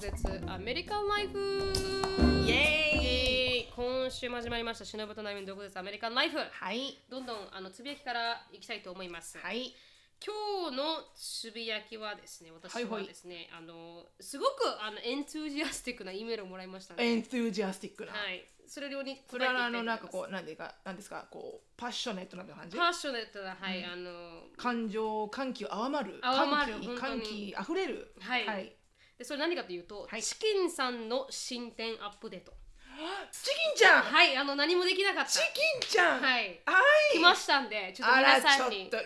舌アメリカンライフイエーイイエーイ今週も始まりました忍ぶとなみの毒舌アメリカンライフはいどんどんあのつぶやきからいきたいと思います、はい今日のつぶやきはですね私はいははいですね、あのすごくあのエンツージアスティックなイメールをもらいましたエねンスージアスティックな、はいそれを両にそれはあと思のいまなんすかこうなんでかなんですかこうパッショネットな感じパッショネットなはい、あの感情感極あわまるあわまる歓喜本当歓に喜あふれるはいでそれ何かというと、はいチキンさんの進展アップデートチキンちゃんはいあの何もできなかったチキンちゃんはいはい来ましたんでちょっとあら皆ちさんょっにとあ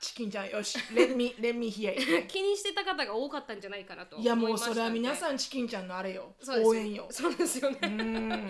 チキンちゃんよし let me let me hear it 気にしてた方が多かったんじゃないかなといやもうそれは皆んさんチキンちゃんのあれよそうです応援よそうですよね、うん私も読んだ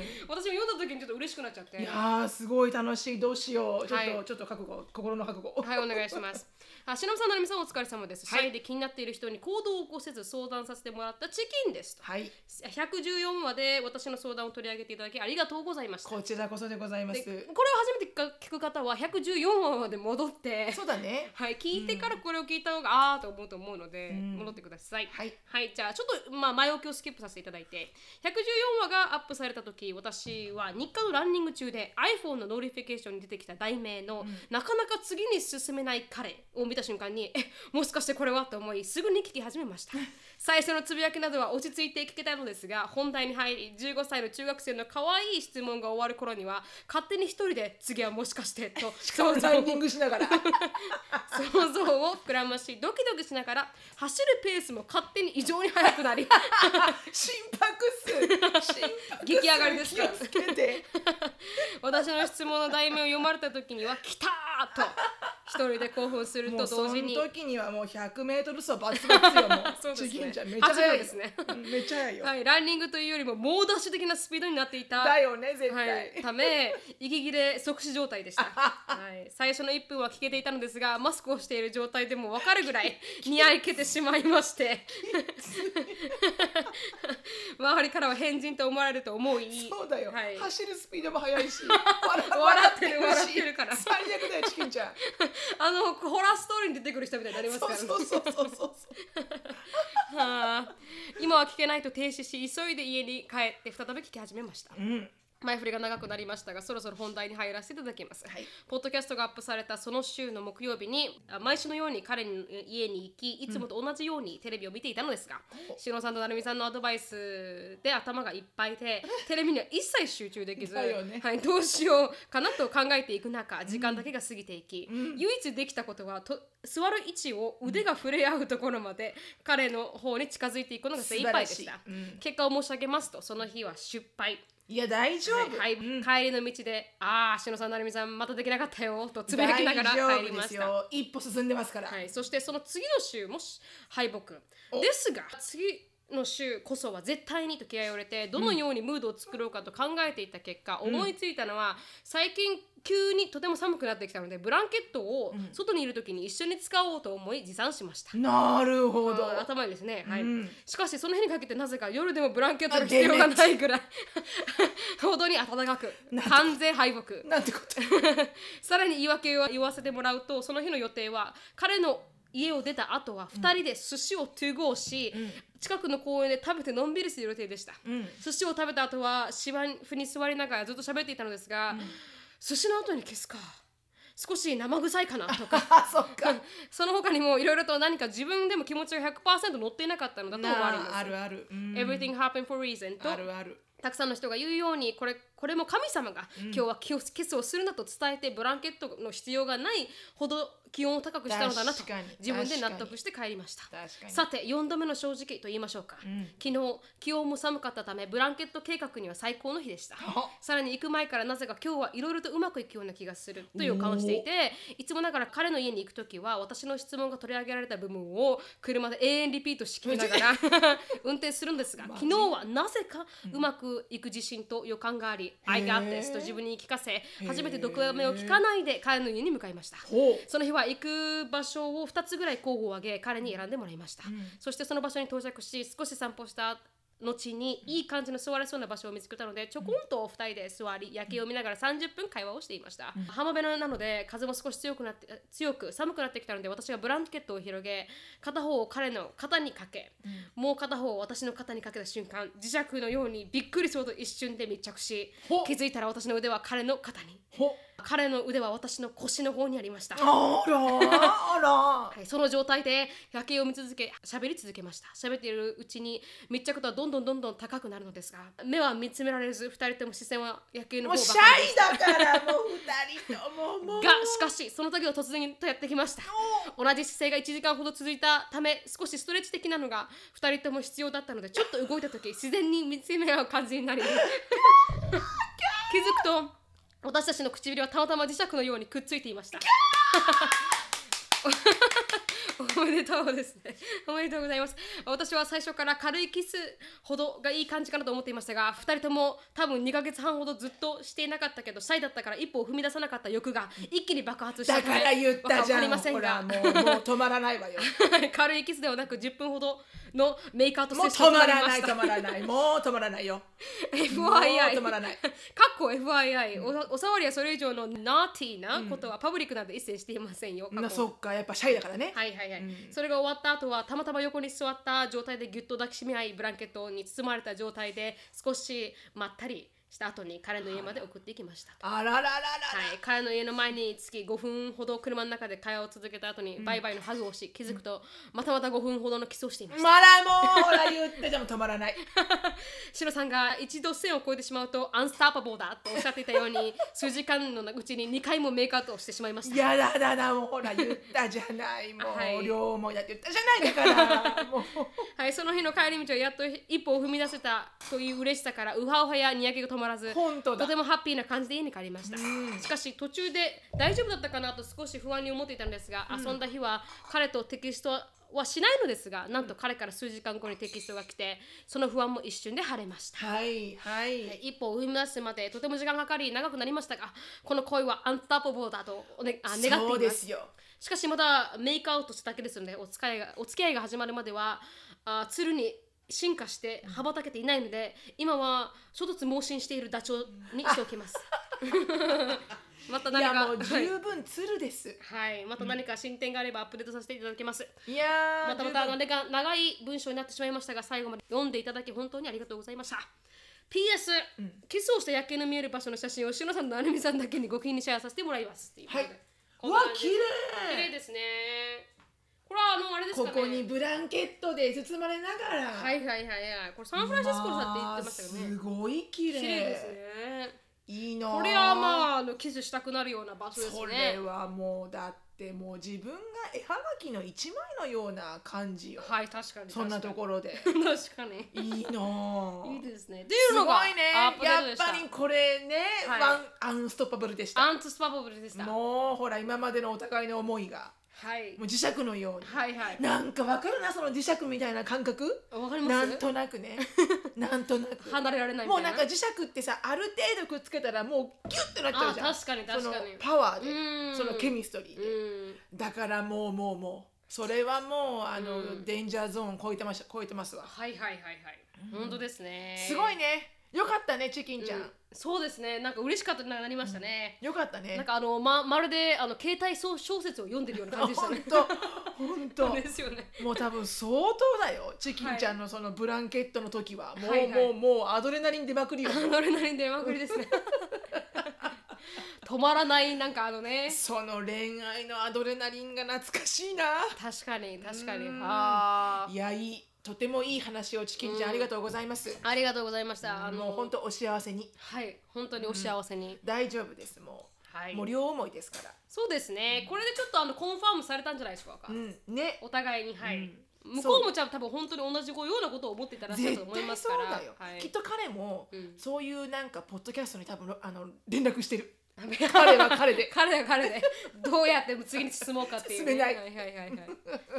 時にちょっと嬉しくなっちゃっていやーすごい楽しいどうしようちょっと、はいちょっと覚悟心の覚悟はい、お願いします。あ、しのぶさん、なるみさん、お疲れ様です。はい社員で気になっている人に行動を起こせず相談させてもらったチキンですと。はい114話で私の相談を取り上げていただきありがとうございました。こちらこそでございまですこれを初めて聞く方は114話まで戻って、そうだねはい、聞いてからこれを聞いた方が、ああーと思うと思うので、うん戻ってください。はいはい、じゃあちょっと、まあ、前置きをスキップさせていただいて114話がアップされた時私は日課のランニング中で iPhone のノーリフィケーションに出てきた題名の、なかなか次に進めない彼」を見た瞬間にえもしかしてこれはと思いすぐに聞き始めました最初のつぶやきなどは落ち着いて聞けたのですが本題に入り15歳の中学生の可愛い質問が終わる頃には勝手に一人で「次はもしかして」と想像ラをンニングし ながら想像を膨らましドキドキしながら走るペースも勝手に異常に速くなり心拍数心拍数激上がりです気をつけて 私の質問の題名を読まれた時には「来た!」と 一人で興奮するもとうそ同の時に。時にはもう 100m 走バツバツよも そうですねチキンちゃんめっちゃ速いよ走るんですねうんめっちゃ速いよ、はい、ランニングというよりも猛ダッシュ的なスピードになっていただよね絶対、はい、ため息切れ即死状態でした、はい、最初の1分は聞けていたのですがマスクをしている状態でも分かるぐらい にやいけてしまいまして 周りからは変人と思われると思いそうだよ、はい、走るスピードも速 いし笑ってるし笑ってるから最悪だよチキンちゃんあのホラーストーリーに出てくる人みたいになりますそかうらねそうそうそうそはうあ今は聞けないと停止し急いで家に帰って再び聞き始めましたうん前振りが長くなりましたがそろそろ本題に入らせていただきます、はいポッドキャストがアップされたその週の木曜日にあ毎週のように彼の家に行きいつもと同じようにテレビを見ていたのですが、ほうしのさんとなるみさんのアドバイスで頭がいっぱい でテレビには一切集中できず、だよねはい、どうしようかなと考えていく中時間だけが過ぎていき、唯一できたことはと座る位置を腕が触れ合うところまで彼の方に近づいていくのが精一杯でし素た。晴らしいうん結果を申し上げますとその日は失敗。いや大丈夫、はい、うん帰りの道で「ああ篠さん成美さんまたできなかったよ」とつぶやきながら大帰丈り夫までしすた。よ一歩進んでますから、はい、そしてその次の週もし敗北おですが次の週こそは絶対にと気合を入れてどのようにムードを作ろうかと考えていた結果、思いついたのは最近急にとても寒くなってきたのでブランケットを外にいる時に一緒に使おうと思い持参しました。なるほどあー頭いいですね、はいうんしかしその日にかけてなぜか夜でもブランケットの必要がないぐらいほどに暖かく完全敗北なんてことさらに言い訳を言わせてもらうとその日の予定は彼の家を出た後は2人で寿司を to go し、近くの公園で食べてのんびりする予定でした、ん寿司を食べた後は芝生に座りながらずっと喋っていたのですが、寿司の後に消すか少し生臭いかなと かあそっ かその他にもいろいろと何か自分でも気持ちが100%乗っていなかったのだと思われますあるある、うん、 Everything happened for a reason とあるあるたくさんの人が言うようにこれこれも神様が今日は気をキスをするなと伝えてブランケットの必要がないほど気温を高くしたのだなと確かに自分で納得して帰りました確かにさて4度目の正直と言いましょうか、昨日気温も寒かったためブランケット計画には最高の日で したあさらに行く前からなぜか今日はいろいろとうまくいくような気がするという顔をしていていつもながら彼の家に行く時は私の質問が取り上げられた部分を車で永遠リピートしきりながら 運転するんですが昨日はなぜかうまくいく自信と予感があり「I got this」と自分に言い聞かせ初めて毒飴を聞かないで彼の家に向かいました。ほその日は行く場所を2つぐらい候補を挙げ彼に選んでもらいました、そしてその場所に到着し少し散歩した後にいい感じの座れそうな場所を見つけたのでちょこんとお二人で座り夜景を見ながら30分会話をしていました、浜辺なので風も少し強くなってえ強く寒くなってきたので私がブランケットを広げ片方を彼の肩にかけ、もう片方を私の肩にかけた瞬間磁石のようにびっくりするほど一瞬で密着しほ気づいたら私の腕は彼の肩にほ彼の腕は私の腰の方にありましたあらあらはい、その状態で夜景を見続け喋り続けました喋っているうちに密着度はどんどんどんどん高くなるのですが目は見つめられず2人とも視線は夜景の も方ばうシャかりイだからもう二人とももうがしかしその時を突然とやってきました同じ姿勢が1時間ほど続いたため少しストレッチ的なのが2人とも必要だったのでちょっと動いた時自然に見つめ合う感じになり気づくと私たちの唇はたまたま磁石のようにくっついていま したおめでとうですねおめでとうございます私は最初から軽いキスほどがいい感じかなと思っていましたが2人とも多分2ヶ月半ほどずっとしていなかったけどシャイだったから一歩を踏み出さなかった欲が一気に爆発しただためから言ったじわかりゃんませんほがらもうもう止まらない わよ軽いキスではなく10分ほどのメイクアウトセもうッショ止ンとなまりらまなしいた 止まらないもう止まらないよもう FYI 止まらない かっこ FYI おお触りやそれ以上のナーティーなことはパブリックなど一切していませんよ、な過去そっかやっぱシャイだからねはいはいはい、それが終わった後はたまたま横に座った状態でぎゅっと抱きしめ合いブランケットに包まれた状態で少しまったりした後に彼の家まで送っていきましたあららららはい、彼の家の前につき5分ほど車の中で会話を続けた後にバイバイのハグをし気づくとまたまた5分ほどのキスをしていましたまだもうほら言ったじゃんもう止まらないシロさんが一度線を越えてしまうとアンスターパボーだとおっしゃっていたように数時間のうちに2回もメイクアウトをしてしまいました。やだだだもうほら言ったじゃないもう、はい両思いだって言ったじゃない だからもうはい、その日の帰り道はやっと一歩を踏み出せたという嬉しさからウハウハやにやけが止まらず本当とだてもハッピーな感じで家に帰りました、しかし途中で大丈夫だったかなと少し不安に思っていたんですが、遊んだ日は彼とテキストはしないのですがなんと彼から数時間後にテキストが来てその不安も一瞬で晴れました。はいはい、一歩を踏み出すまでとても時間がかかり長くなりましたがこの恋はアンタッパボーだとお、ね、あ願っていますそうですよしかしまだメイクアウトしただけですのでお使いがお付き合いが始まるまではあ鶴に進化して羽ばたけていないので今は諸突猛進しているダチョウにしておき ますまたい何やかもうはい十分つるです、はい、また何か進展があればアップデートさせていただきますい、やーまたまた十分あれが長い文章になってしまいましたが最後まで読んでいただき本当にありがとうございました PS、キスをした夜景の見える場所の写真をしのさんとなるみさんだけにご記入にシェアさせてもらいますっていうことではいこんなうわ感じ綺麗綺麗ですねこれはあのあれですかこねこにブランケットで包まれながら、はいはいはいはいこれサンフランシスコだって言ってましたよまあねすごい綺麗綺麗ですねいいなこれはあまああのキスしたくなるような場所ですねそれはもうだってもう自分が絵はがきの一枚のような感じよはい確かにそんなところでろ確かにいいなあいいですねっていうのがすごいねアップデートやでっしたぱりこれね、はいワンアンストッパブルでしたアンツスパボブルでしたはもうほら今までのお互いの思いがいもう磁石のように、はいはいなんかわかるなその磁石みたいな感覚わかりまなすんとなく ねなんとなく離れられないみもたういななんか磁石ってさある程度くっつけたらもうギュッとなっちゃうじゃんあ確かに確かにそのパワーうーでんそのケミストリーうで、んだからもうもうもうそれはもうあの、うんデンジャーゾーン超えてました超えてますわ、はいはいはいはい本当ですねすごいねよかったねチキンちゃん、うんそうですねなんか嬉しかったななりましたねよかったねなんかあのままるであの携帯小小説を読んでるような感じでした本ね当本当ですよねもう多分相当だよチキンちゃんのそのブランケットの時は、もう、はいはいもうもうアドレナリン出まくりよアドレナリン出まくりです ね止まらないなんかあのねその恋愛のアドレナリンが懐かしいな確かに確かにうんあーいやいいとてもいい話をチキンちゃんありがとうございます、ありがとうございましたあもうの本当お幸せにはい本当にお幸せに大丈夫ですもはう、いもう両思いですからそうですねこれでちょっとあのコンファームされたんじゃないでしょうかうんねお互いにはい、うん向こうもじゃあ多分本当に同じようなことを思っていたらっしゃると絶思いま対すそかうらだよ、はい、きっと彼も、うんそういうなんかポッドキャストに多分あの連絡してる彼は彼で彼は彼でどうやって次に進もうかっていう、ね、進めないはいはいはいはい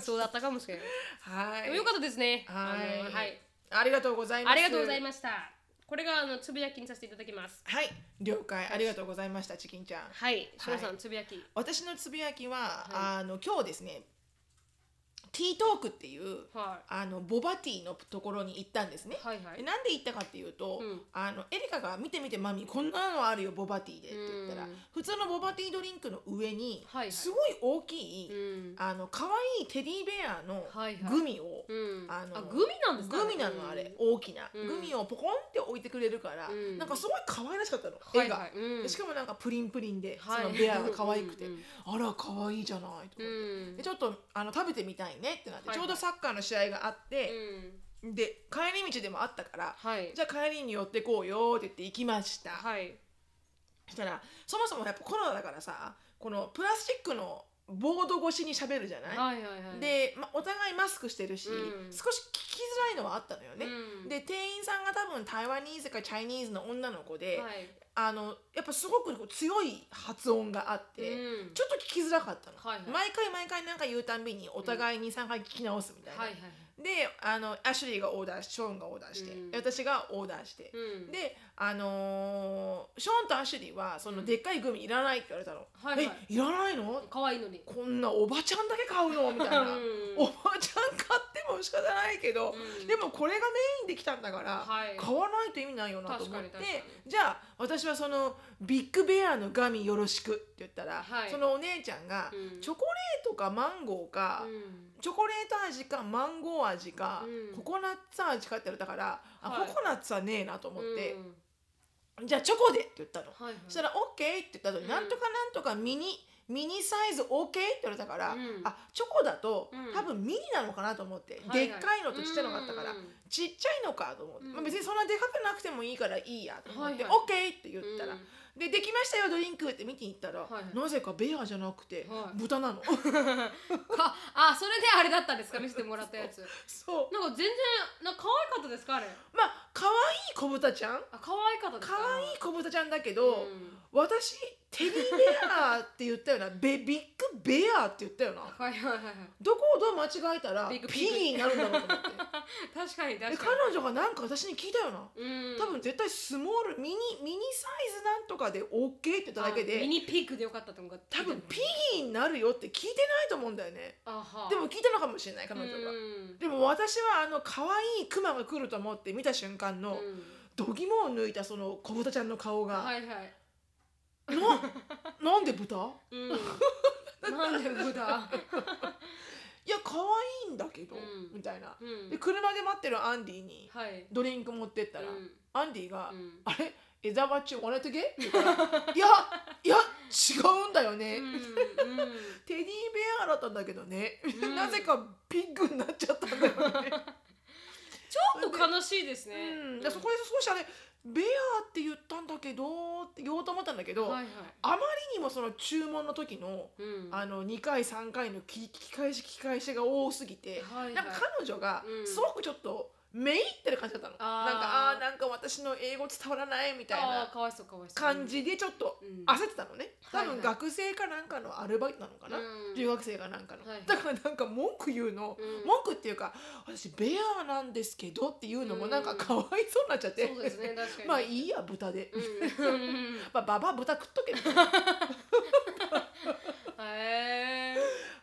そうだったかもしれないはいでもよかったですねはいあのはいありがとうございますありがとうございましたこれがあのつぶやきにさせていただきますはい了解ありがとうございましたチキンちゃんはいしのさん、つぶやき私のつぶやきは、はあの今日ですねティートークっていうはあのボバティのところに行ったんですねい。はいはでいなんで行ったかっていうと、うんあのエリカが「見て見てマミこんなのあるよボバティで」って言ったら、うん普通のボバティドリンクの上に、はいはいすごい大きい、うんあの可愛いテディベアのはいはいグミを、うんあのあグミなんですかグミなのあれ、大きな、うんグミをポコンって置いてくれるから、うんなんかすごい可愛らしかったの、うんは絵いが、はいうんでしかもなんかプリンプリンで、はいそのベアが可愛くてうんあら可愛いじゃないとう思って、んでちょっとあの食べてみたいねってなって、はいはいちょうどサッカーの試合があって、うんで帰り道でもあったから、はいじゃあ帰りに寄ってこうよって言って行きました、はいそしたらそもそもやっぱコロナだからさこのプラスチックのボード越しに喋るじゃない、はいはいはいで、ま、お互いマスクしてるし、うん少し聞きづらいのはあったのよね、うんで店員さんが多分台湾ニーズかチャイニーズの女の子で、はいあのやっぱすごくこう強い発音があって、うんちょっと聞きづらかったの、はいはい毎回毎回なんか言うたんびにお互い23回聞き直すみたいな、はいはいであのアシュリーがオーダーしショーンがオーダーして、うん私がオーダーして、うんであのーショーンとアシュリーはそのでっかいグミいらないって言われたの、はいはいえいらないの可愛いのにこんなおばちゃんだけ買うのみたいな、うんおばちゃん買っても仕方ないけど、うんでもこれがメインできたんだから、はい買わないと意味ないよなと確思かっにて確かじゃあ私はそのビッグベアのガミよろしくって言ったら、はいそのお姉ちゃんが、うんチョコレートかマンゴーか、うんチョコレート味かマンゴー味か、うんココナッツ味かって言われたから、あはいココナッツはねえなと思ってうん、じゃあチョコでって言ったの、はいはいそしたら「OK」って言ったのに、うんなんとかなんとかミニミニサイズ OK って言われたから、うんあチョコだと、うん多分ミニなのかなと思って、はいではっかいのとちっちゃいのがあったから、うんちっちゃいのかと思って、うんまあ、別にそんなでかくなくてもいいからいいやと思って「はいはい OK」って言ったら、うんで「できましたよドリンク」って見ていったら、はいはいなぜかベアじゃなくて、はい豚なの かあそれであれだったんですか見せてもらったやつ そうなんか全然なんか可愛かったですかあれまあ可愛い子豚ちゃんあ可愛かったです可か愛い子豚ちゃんだけうど、ん私テディベアって言ったよな ベビッグベアって言ったよなはいはいはいはいどこをどう間違えたらビピッグギピグーになるんだろうと思って 確かにで確か彼女がなんか私に聞いたよなにうん多分絶対スモールミニミニサイズなんとかで OK って言っただけあミでニピークでよかったと思う多分ピギーになるよって聞いてないと思うんだよねあはでも聞いたのかもしれない彼女うがんでも私はあの可愛いクマが来ると思って見た瞬間のうん度肝を抜いたその小豚ちゃんの顔はがいはいな なんで豚うんなんで 豚いや可愛いんだけど、うんみたいな、うんで車で待ってるアンディにはいドリンク持ってったら、うんアンディが「うんあれ Is that what you wanted to get?」って言 うから「いやいや違うんだよね、うんうんテディベアだったんだけどね、ん なぜかピッグになっちゃったん だよね」ちょっと悲しいですねうん、でそこで少しあれ「ベアって言ったんだけど」って言おうと思ったんだけど、はいはいあまりにもその注文の時の。うんあの2回3回の聞き返し聞き返しが多すぎて、はいはいなんか彼女がうんすごくちょっとめいってる感じだったの、あーなんかあーなんか私の英語伝わらないみたいあなーかわいそうかわいそう感じでちょっとうん焦ってたのね、うん多はいは分い学生かなんかのアルバイトなのかな、うん留学生かなんかの、はいはいだからなんか文句言うの、うん文句っていうか私ベアなんですけどっていうのもなんかかわいそうになっちゃって、そうですね確かに まあいいや豚で、うんうんうんまあババア豚食っとけみたいなへえ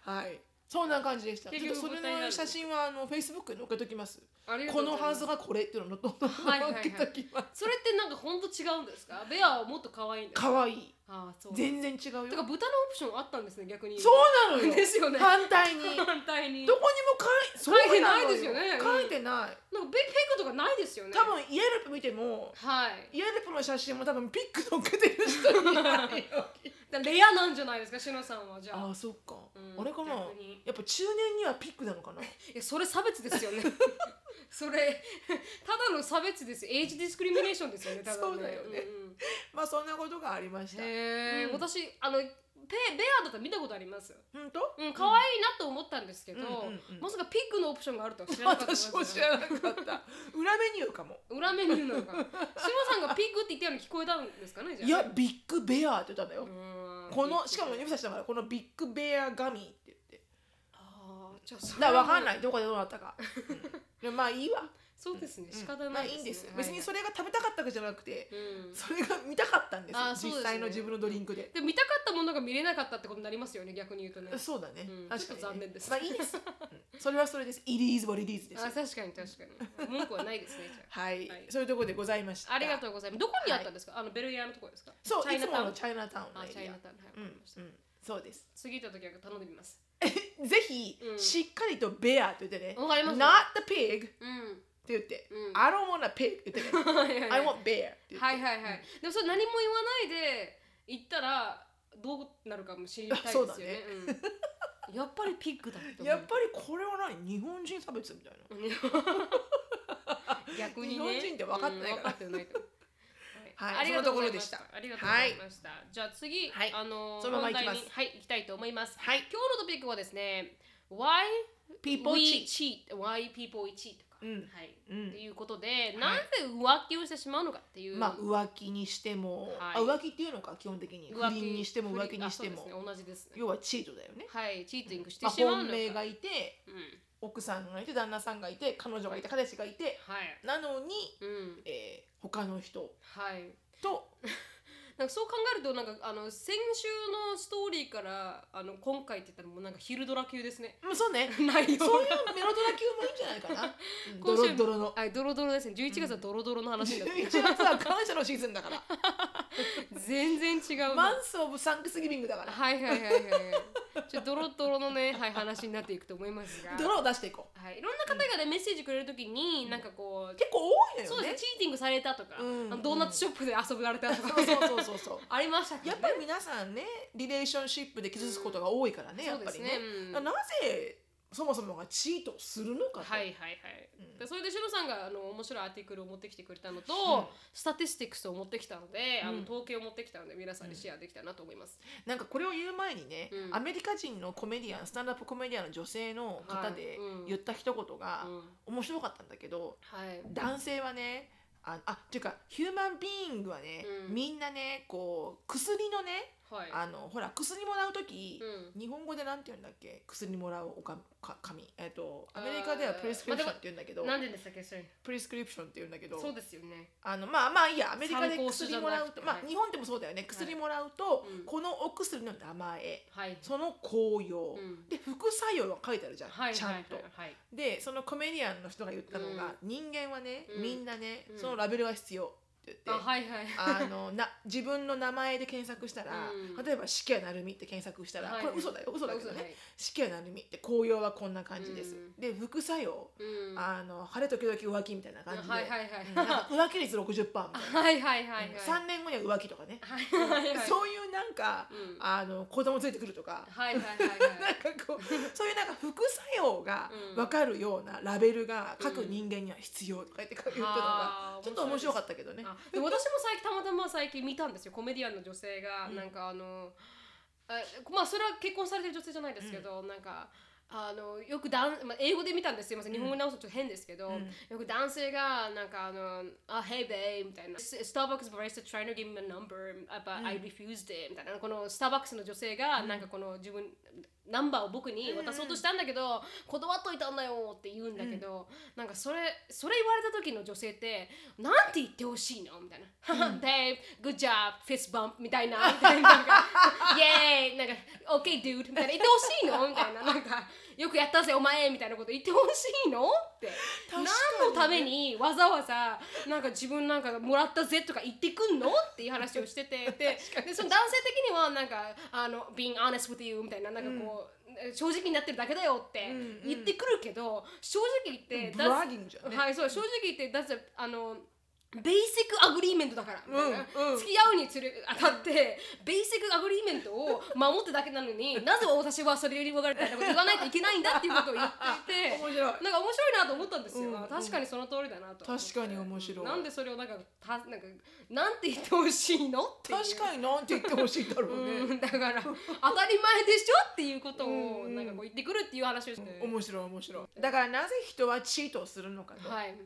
はいそんな感じでしたち結ょっと局それ豚になのる写真はあのフェイスブックに載っけときますありがとこうごのざいまハンすズがこれっていうのを載っとはいはいはい載っけときますそれってなんかほんと違うんですかベアはもっと可愛いんですか可愛いああそう全然違うてかよ豚のオプションあったんですね逆に そうなのよですよね反対に反対にどなんこかにも書い書いてないそうのですよねうん書いてないベペグとかないですよね多分イエルプ見てもはいイエルプの写真も多分ピック載っけてる人い ないよだからレアなんじゃないですかしのさんはじゃあああそっかうんあれかな逆にやっぱ中年にはピックなの かないやそれ差別ですよ ねそれただの差別ですよエイジディスクリミネーションですよねただのそうだよねんうんまあそんなことがありましたへえ、うん私あのペベアだったら見たことあります本当うん可愛いなと思ったんですけど、うんうんうんまさかピッグのオプションがあるとは知らなかったです私も知らなかった裏メニューかも裏メニューなのか志麻さんがピッグって言ったように聞こえたんですかねじゃあいやビッグベアって言ったんだようんこのしかも指差しながらこのビッグベアガミって言ってあーじゃあそれだからは 分かんないどこでどうなったかうんでまあいいわそうですね、うん仕方ないまあいいんですね別にそれが食べたかったわけじゃなくてうん、それが見たかったんですよあーそうですね実際の自分のドリンクでで見たかったものが見れなかったってことになりますよね逆に言うとねそうだねうん確かにねちょっと残念ですまあいいですうんそれはそれです It is what it is ですあ確かに確 かに文句はないですねじゃはいはいそういうところでございましたあありがとうございますどこにあったんですか、あのベルヤーのところですかそうチャいイナつタもウンのチャイナタウンのあエチリャイアナタウンはい、うんうんそうです次行った時は頼んでみますぜひうんしっかりとベアって言ってねわかりま Not す the pig ってうん言ってうん I don't want a pig って言ってね I want bear って言ってはいはいはい、でもそれ何も言わないで行ったらどうなるかも知りたいですよねそうだねうん、やっぱりピッグだって思うやっぱりこれは何日本人差別みたいな逆にね日本人って分かってないからうん分かってないと思うはいありがとうございまそのところでしたありがとうございました。じゃあ次、はいあのーそのまま行きます本題にはい、行きたいと思います。はい今日のトピックはですね、Why People we cheat cheat, Why people cheat とか、うんはい、うんっていうことで、なぜ浮気をしてしまうのかっていう、まあ浮気にしても、はいあ浮気っていうのか基本的に不浮気倫にしても不倫浮気にしても、あそうですね同じですね。要はチートだよね、はい、チーティングしてまあ、しまうのか。本命がいてうん、奥さんがいて旦那さんがいて彼女がいて彼氏がいてはい、なのに、うん、えー他の人はい。となんかそう考えるとなんかあの先週のストーリーからあの今回って言ったらもうなんか昼ドラ級ですねまあそうね内容そういがうメロドラ級もいいんじゃないかな、うん今週もドロドロのはいドロドロですね11月はドロドロの話 だ、 11月は感謝のシーズンだから全然違うなマンス・オブ・サンクスギビングだからはいはいはいはいはいちょっとドロドロのね、はい、話になっていくと思いますがドロを出していこうはい、いろんな方がね、メッセージくれるときに、なんかこう結構多いのそうよですねねチーティングされたとか、うんあのドーナツショップで遊べられたとか、そうそうそうそうそう ありました からやっねぱり皆さんねリレーションシップで傷つくことが多いからね、やっぱりねそうですねうんだからなぜそもそもがチートをするのかと、はいはいはい、うんでそれでシロさんがあの面白いアーティクルを持ってきてくれたのと、うんスタティスティックスを持ってきたので、あうのん統計を持ってきたので皆さんにシェアできたらなと思います、なんかこれを言う前にね、うんアメリカ人のコメディアンスタンダップコメディアンの女性の方ではいうん言った一言がうん面白かったんだけど、はい男性はねああっていうかヒューマンビーイングはね、うんみんなねこう薬のねはいあのほら薬もらう時、う日本語でなんて言うんだっけ薬もらうおかか紙えっとアメリカではプリスクリプションって言うんだけど、ん、なんででしたっけそれプリスクリプションって言うんだけどそうですよねあのまあまあいいやアメリカで参考書じ薬ゃもならくうてとまはあい日本でもそうだよね薬もらうと、うんこのお薬の名前はいその効う用、んで副作用が書いてあるじゃん、はいちゃんと。はいはいでそのコメディアンの人が言ったのが、人間はね、うんみんなね、うんそのラベルが必要ってあ言って。はいはいあのな自分の名前で検索したら、うん例えば「四季なるみ」って検索したら、はいこれ嘘だよ嘘だけど嘘ね「四季なるみ」って紅葉はこんな感じです、うんで副作用、うんあの晴れ時々浮気みたいな感じで、はいはいはいうんなんはか浮気率60%みたい な、いはいはいはい3年後には浮気とかね、はいはいはいそういうなんか、うんあの子供ついてくるとか、はいはいはいは ないんかこうそういうなんか副作用がうん分かるようなラベルが各人間には必要とか言って言ったのがあーちょっと面白かったけどね。あでも私も最近たまたま最近見たんですよコメディアンの女性が、うんなんかあのあまあそれは結婚されてる女性じゃないですけど、なんかあのよくだん、まあ、英語で見たんですすいません日本語に直すとちょっと変ですけど、うんよく男性がなんかあの「あ、Hey babe」みたいな「Starbucks barista trying to give me a number but I refused it」みたいなこのスターバックスの女性がなんかこの自分ナンバーを僕に渡そうとしたんだけど、断っといたんだよって言うんだけど、なんかそれそれ言われた時の女性ってなんて言ってほしいのみたいな「Babe, good job, fist bump」みたいなみたい ななんか「イェーイ!」なんか「OK, dude」みたいな言ってほしいのみたいななんか「よくやったぜお前」みたいなこと言ってほしいのって確かにね何のためにわざわざなんか自分なんかもらったぜとか言ってくんのっていう話をして てででその男性的にはなんかあの「being honest with you」みたいななんかこう、正直になってるだけだよってうんうん言ってくるけど、正直言ってブラギングじゃんねはいそう正直言ってだってあのベーシックアグリーメントだから、みたいなうんうん付き合うにつれ当たってベーシックアグリーメントを守っただけなのになぜ私はそれより分かれたいなこと言わないといけないんだっていうことを言っていて 面白いなんか面白いなと思ったんですよ、うんうん確かにその通りだなと思って確かに面白いなんでそれをなんかたなんかなんて言ってほしいのっていう確かになんて言ってほしいだろうね。うんだから当たり前でしょっていうことうんをうんなんかこう言ってくるっていう話をして、面白い面白い。だからなぜ人はチートをするのかと。はい、う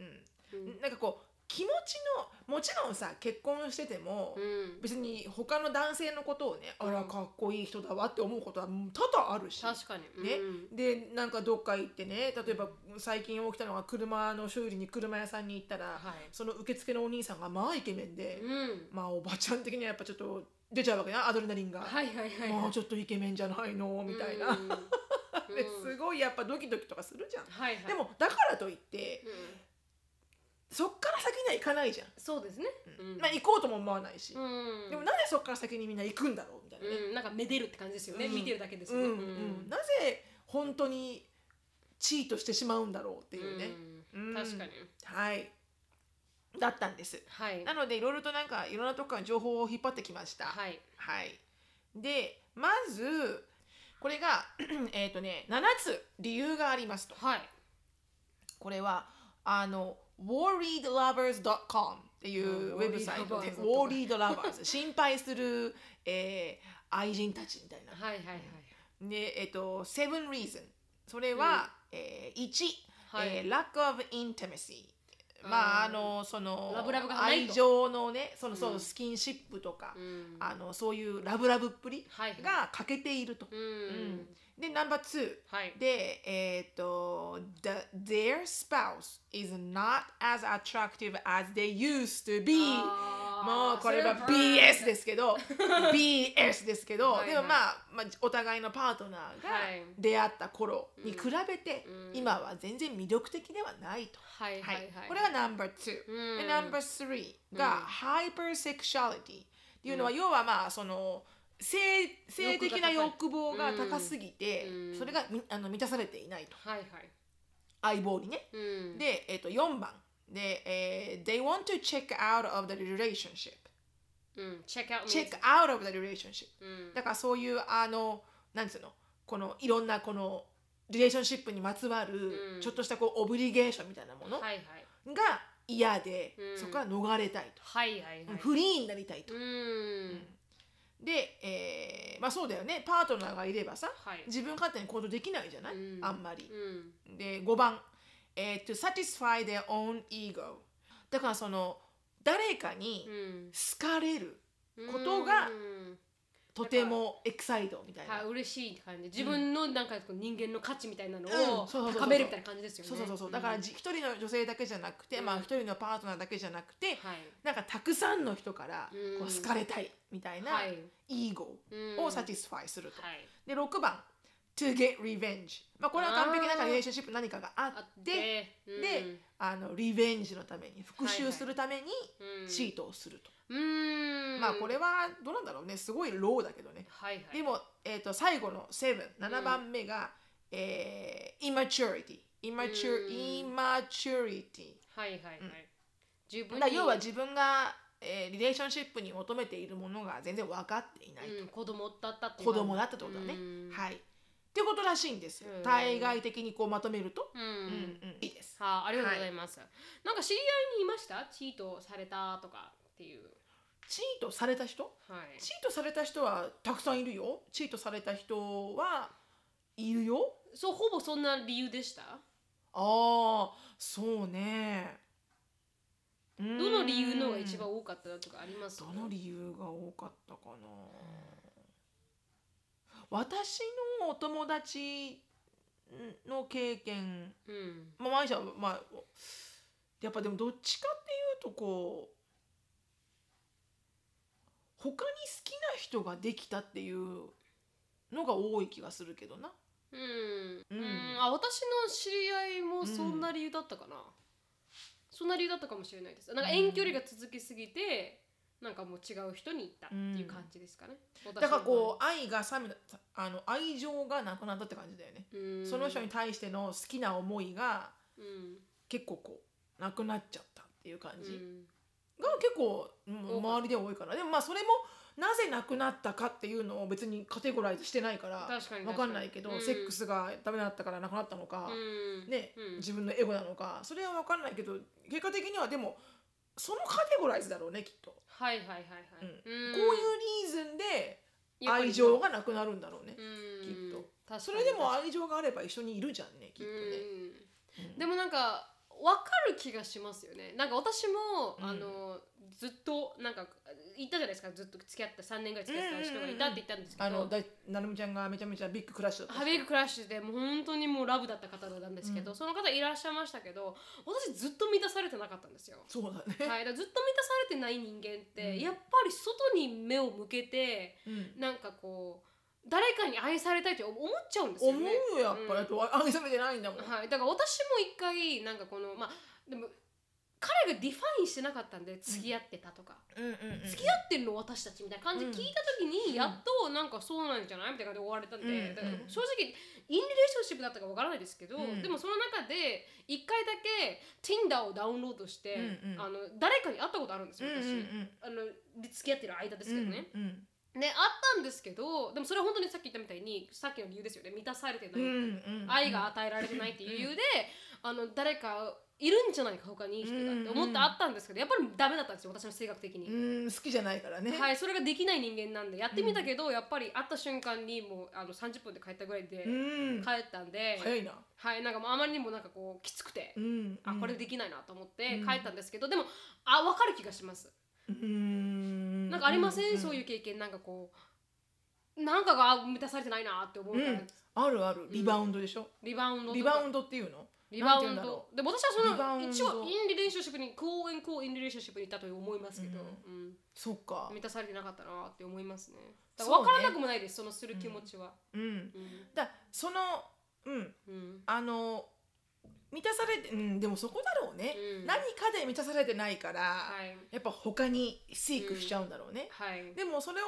んうんなんかこう気持ちのもちろんさ結婚してても、うん別に他の男性のことをね、あうらんかっこいい人だわって思うことはうん多々あるし確かに、うんねでなんかどっか行ってね例えば最近起きたのが車の修理に車屋さんに行ったら、はいその受付のお兄さんがまあイケメンで、うんまあおばちゃん的にはやっぱちょっと出ちゃうわけなアドレナリンが、はいはいはいまはあいちょっとイケメンじゃないのみたいな、うんうんうん でうんすごいやっぱドキドキとかするじゃん。はいはいでもだからといってうんそっから先には行かないじゃん、そうですねうんまあ行こうとも思わないし、うんでもなぜそっから先にみんな行くんだろうみたいなね、うんなんかめでるって感じですよねうん見てるだけですうんよねうんなぜ本当にチートしてしまうんだろうっていうね、うんうん確かにはいだったんですはいなのでいろいろとなんかいろんなとこから情報を引っ張ってきましたはい、はいでまずこれが えっとね7つ理由がありますとはいこれはあの worriedlovers.com っていうウェブサイトで worried worried lovers 心配する、 えー愛人たちみたいなはいはいはいで、えっと、seven reason。それは、えー、1、はいえー lack of intimacy。うんまあ、あの、その、ラブラブがない愛と情のね、その、そうのんスキンシップとか、うんあの、そういうラブラブっぷりはいはいが欠けていると。うんうんで、ナンバー2。はいで、えっと、the, their spouse is not as attractive as they used to be. ももうこれは BS です けど BS ですけどはいでもまあ、まあ、お互いのパートナーがはい出会った頃に比べて、うん今は全然魅力的ではないと、はいははいいはいこれがナンバー2、うんでナンバー3が、うんハイパーセクシャリティっていうのは、要はまあその性性的な欲望が高すぎて、うんうんそれがみあの満たされていないとはいはい相棒にねうんで、えっと4番で、えー They want to check out of the relationship うんチェックアウトチェックアウト of the relationship うんだからそういうあのなんつうのこのいろんなこのリレーションシップにまつわる、うんちょっとしたこうオブリゲーションみたいなものがはいはい嫌で、うんそこから逃れたいと、はいはいはいフリーになりたいとう、んで、えーまあそうだよねパートナーがいればさはい自分勝手に行動できないじゃない、うんあんまりう、んで5番、えー to satisfy their own ego だからその誰かにうん好かれる、ことがうんとてもエキサイドみたいな、はい嬉しいって感じ自分のなんかこう人間の価値みたいなのうをんそうそうそうそう高めるみたいな感じですよねそうそうそうそうだからんじ一人の女性だけじゃなくて、うんまあ一人のパートナーだけじゃなくてはいなんかたくさんの人からうんこう好かれたいみたいなはいイーゴをサティィスファイすると。はいで6番「to get revenge」まあこれは完璧なあーリレーションシップ何かがああっっててうんであのリベンジのために復讐するためにうんチートをすると、うんまあこれはどうなんだろうねすごいローだけどねはいはいでも、えー、と最後の77番目が、えー、immaturity immature、うん immaturity はいはいはい十分だにから要は自分が、えーリレーションシップに求めているものが全然分かっていないと、うん子供だったっていう子供だったってことだね。うんはい。ってことらしいんですようん。対外的にこうまとめると、うんうんうんいいです。はあありがとうございますなんか知り合いにいましたチートされたとかっていうチートされた人はいチートされた人はたくさんいるよ。チートされた人はいるよ。そうほぼそんな理由でしたああ、そうね。どどの理由のが一番多かったとかありますどの理由が多かったかな私のお友達の経験うんまあマイシャはまあやっぱでもどっちかっていうとこう他に好きな人ができたっていうのが多い気がするけどなうん、ううんん、あ私の知り合いもそんな理由だったかな、そんな理由だったかもしれないですなんか遠距離が続きすぎて、なんかもう違う人に行ったっていう感じですかね、だからこう愛が冷めたあの愛情がなくなったって感じだよね、う、その人にに、対しての好きな思いがうん結構こうなくなっちゃったっていう感うじ、ん、が結構うん多かった周りでは多いからでもまあそれもなぜなくなったかっていうのを別にカテゴライズしてないから確かに分かんないけど、うんセックスがダメだったからなくなったのか、うん、ね、うん自分のエゴなのかそれは分かんないけど結果的にはでもそのカテゴライズだろうねきっと、はいはいはいはい、んこういうリーズンで愛情がなくなるんだろうね、うんきっと確かにそれでも愛情があれば一緒にいるじゃんねきっとね、うんでもなんかわかる気がしますよねなんか私も、うんあのずっとなんか言ったじゃないですかずっと付き合って3年ぐらい付き合ってた人がいたって言ったんですけど、あのだいなるみちゃんがめちゃめちゃビッグクラッシュだったハビッグクラッシュでもう本当にもうラブだった方なんですけど、うんその方いらっしゃいましたけど私ずっと満たされてなかったんですよ。そうだね、はい、だからずっと満たされてない人間って、うんやっぱり外に目を向けてうんなんかこう誰かに愛されたいって思っちゃうんですよ思ね。うよやっぱり、うんあ愛されてないんだもん、はい、だから私も一回なんかこのまあでも彼がディファインしてなかったんで付き合ってたとか、うんうんうん、付き合ってるの私たちみたいな感じうん聞いた時に、んやっとなんかそうなんじゃないみたいな感じで終われたんで、うんだからうん正直インリレーションシップだったかわからないですけど、うんでもその中で一回だけ Tinder をダウンロードして、うんうんあの誰かに会ったことあるんですようんうん私、あうんの付き合ってる間ですけどね。うんうんね、あったんですけどでもそれは本当にさっき言ったみたいにさっきの理由ですよね満たされてないっていう愛が与えられてないっていう理由で、あの誰かいるんじゃないか他にいい人がって思ってあったんですけどやっぱりダメだったんですよ私の性格的に、うん好きじゃないからね、はいそれができない人間なんでやってみたけど、やっぱり会った瞬間にもうあの30分で帰ったぐらいでう帰んったんで、早いな、はいなんかもうあまりにもなんかこうきつくて、うん、あこれできないなと思ってうん帰ったんですけど、でもあ分かる気がしますうんなんかありません、そういうう経験なんかこうなんかが満たされてないなって思うから、うんあるあるリバウンドでしょ、リバウンドとリかバウンドっていうのリバウなんンて言うんだろド。でも私はリバそウンのド一応インリレーションシップに公演公インリレーションシップにいたと思いますけど、うんそっか満たされてなかったなって思いますね。だから分そうねからなくもないです、そのする気持ちは。うんうんだそのうんうんあの満たされてうんでもそこだろうね、うん何かで満たされてないから、はいやっぱ他にシークしちゃうんだろうね、はい。でもそれを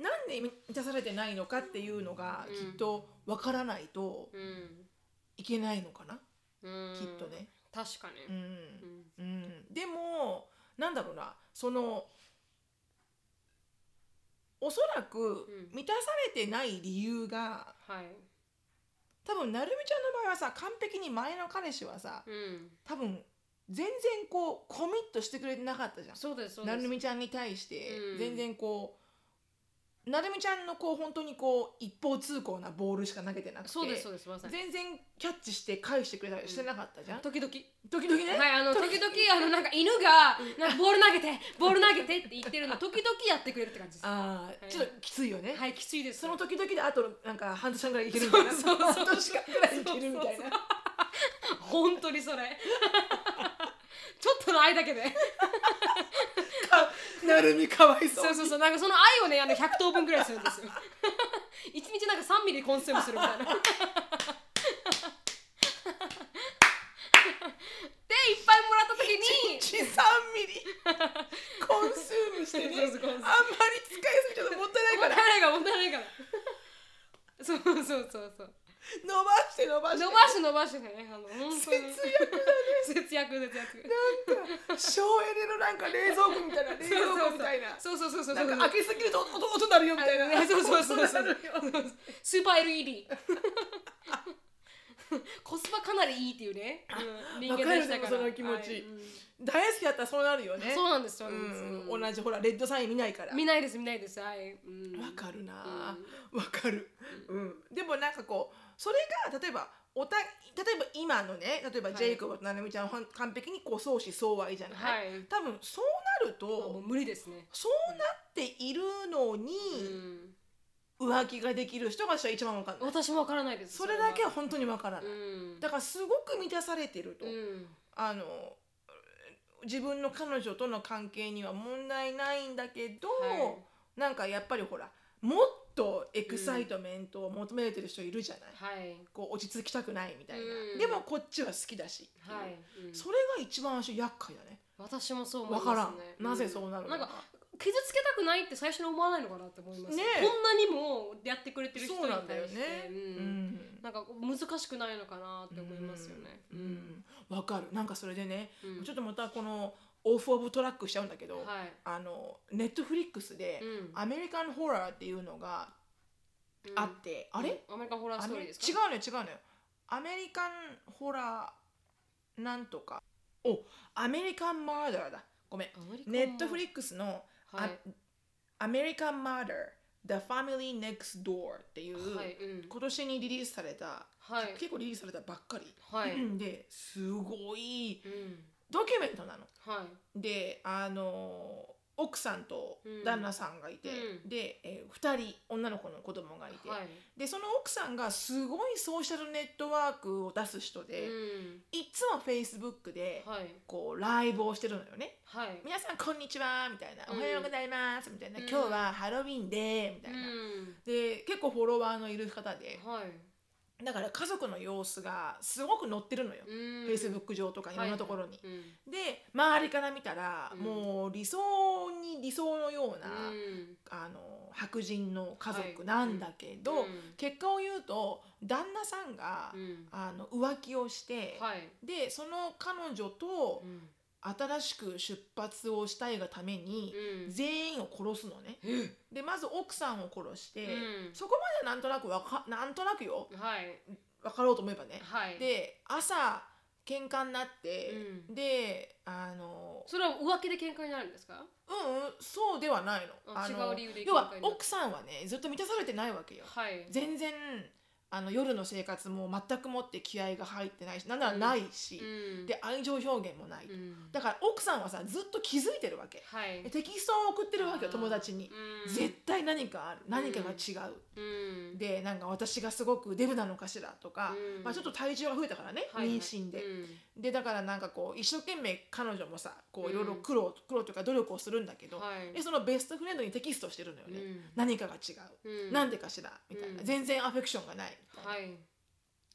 なんで満たされてないのかっていうのがうんきっとわからないとうんいけないのかな、うんきっと。ね、確かに。ううんんうん、でもなんだろうなそのおそらくうん満たされてない理由がはい。多分なるみちゃんの場合はさ完璧に前の彼氏はさうん。多分全然こうコミットしてくれてなかったじゃんそうですそうでなす。るみちゃんに対してうん全然こう、なるみちゃんのこう本当にこう一方通行なボールしか投げてなくてそうですそうです。まさに。全然キャッチして返してくれたりしてなかったじゃん、時々。時々ね、はい、あの時々あのなんか犬がなんかボール投げてボール投げてって言ってるの時々やってくれるって感じです。ああ、はいちょっときついよね、はい、きついです。その時々であとなんか半年間ぐらいいけるみたいなそうそうそう半年間ぐらいいけるみたいそなうそう本当にそれ ちょっとの愛だけでなるみかわい そうそうそうそうなんかその愛をねあの100等分ぐらいするんですよ 一日なんか3ミリコンスームするみたいな でいっぱいもらった時に1 3ミリコンスームしてねそうそうコンスームあんまり使いすぎちゃうともったいもなったいかいらないからもったいないからそうそうそうそう伸ばして伸ばして伸ばして伸ばしてねあの本当節に約節約節約だね省エネのなんか冷蔵庫みたいな冷蔵庫みたいなそうそうそうそうなそんうか開けすぎると音音音鳴るよみたい なそうそうそうそ音鳴うるよ スーパー LED コスパかなりいいっていうね、うん、人間でしたからわかるでもその気持ちはいうん大好きだったらそうなるよねそうなんですよ、うんうん同じほらレッドサイン見ないから見ないです見ないですはい、うん、わかるなあわ、かる、うん、でもなんかこうそれが例えばおた例えば今のね例えばはいジェイコブとななみちゃんは完璧にこう相思相愛じゃない、はい多分そうまあなるもうと無理ですね、そうなっているのにうん、浮気ができる人が私は一番わかんない私もわからないですそれだけはは本当にわからなういんだからすごく満たされてると、うんあの自分の彼女との関係には問題ないんだけど、はいなんかやっぱりほらもっとエクサイトメントを求めてる人いるじゃない、はいこう落ち着きたくないみたいな、うんでもこっちは好きだし、はい、うん、それが一番私厄介だね私もそう思いまわすかねらん、なぜそうなるのなんか傷つけたくないって最初に思わないのかなって思いますねえこんなにもやってくれてる人にそうなんだよ対ねして、ううんんなんか難しくないのかなって思いますよね。うんうんわかるなんかそれでね、うんちょっとまたこのオフ・オブ・トラックしちゃうんだけど、はい。あのネットフリックスで、うんアメリカン・ホラーっていうのがあうんって、あれ、アメリカンホラーアストーメリー違ですかうのよ違うのよアメリカンホラーなんとかおアメリカンマーダーだごめんアメリカンネットフリックスの、はいあアメリカンマーダー The Family Next Door っていう、はいうん今年にリリースされた、はい結構リリースされたばっかり、はいうん ですごいドキュメントなの。はいであの奥さんと旦那さんがいて、うんうんで、え2人女の子の子供がいて、はいでその奥さんがすごいソーシャルネットワークを出す人で、うんいつも Facebook ではいこうライブをしてるのよね。はい皆さんこんにちはみたいな、うんおはようございますみたいな、うん今日はハロウィンでみたいな、うで結構フォロワーのいる方でんはいだから家族の様子がすごく載ってるのよ、うん Facebook 上とかいろんなところに、うんで周りから見たら、うんもう理想に理想のような、うんあの白人の家は族いなんだけど、うん結果を言うと旦那さんが、うんあの浮気をして、はいでその彼女とうん新しく出発をしたいがために、うん全員を殺すのね。でまず奥さんを殺して、うんそこまではなんとなくわかなんとなくよはい分かろうと思えばね。はいで朝喧嘩になって、うんであのそれは浮気で喧嘩になるんですかうんうんそうではないの。ああの違う理由で喧嘩になる要は奥さんはねずっと満たされてないわけよ。はい全然あの夜の生活も全くもって気合が入ってないしなんならないし、うんで愛情表現もない、うんだから奥さんはさずっと気づいてるわけ。はいテキストを送ってるわけよ友達に。うん絶対何かある何かが違う、うんでなんか私がすごくデブなのかしらとか、うんまあ、ちょっと体重が増えたからね、はいはい妊娠で、うんでだからなんかこう一生懸命彼女もさこううんいろいろ苦労苦労というか努力をするんだけど、はいでそのベストフレンドにテキストしてるのよね、うん何かが違う、うんなんでかしらみたいな、うん全然アフェクションがないみたいな、はい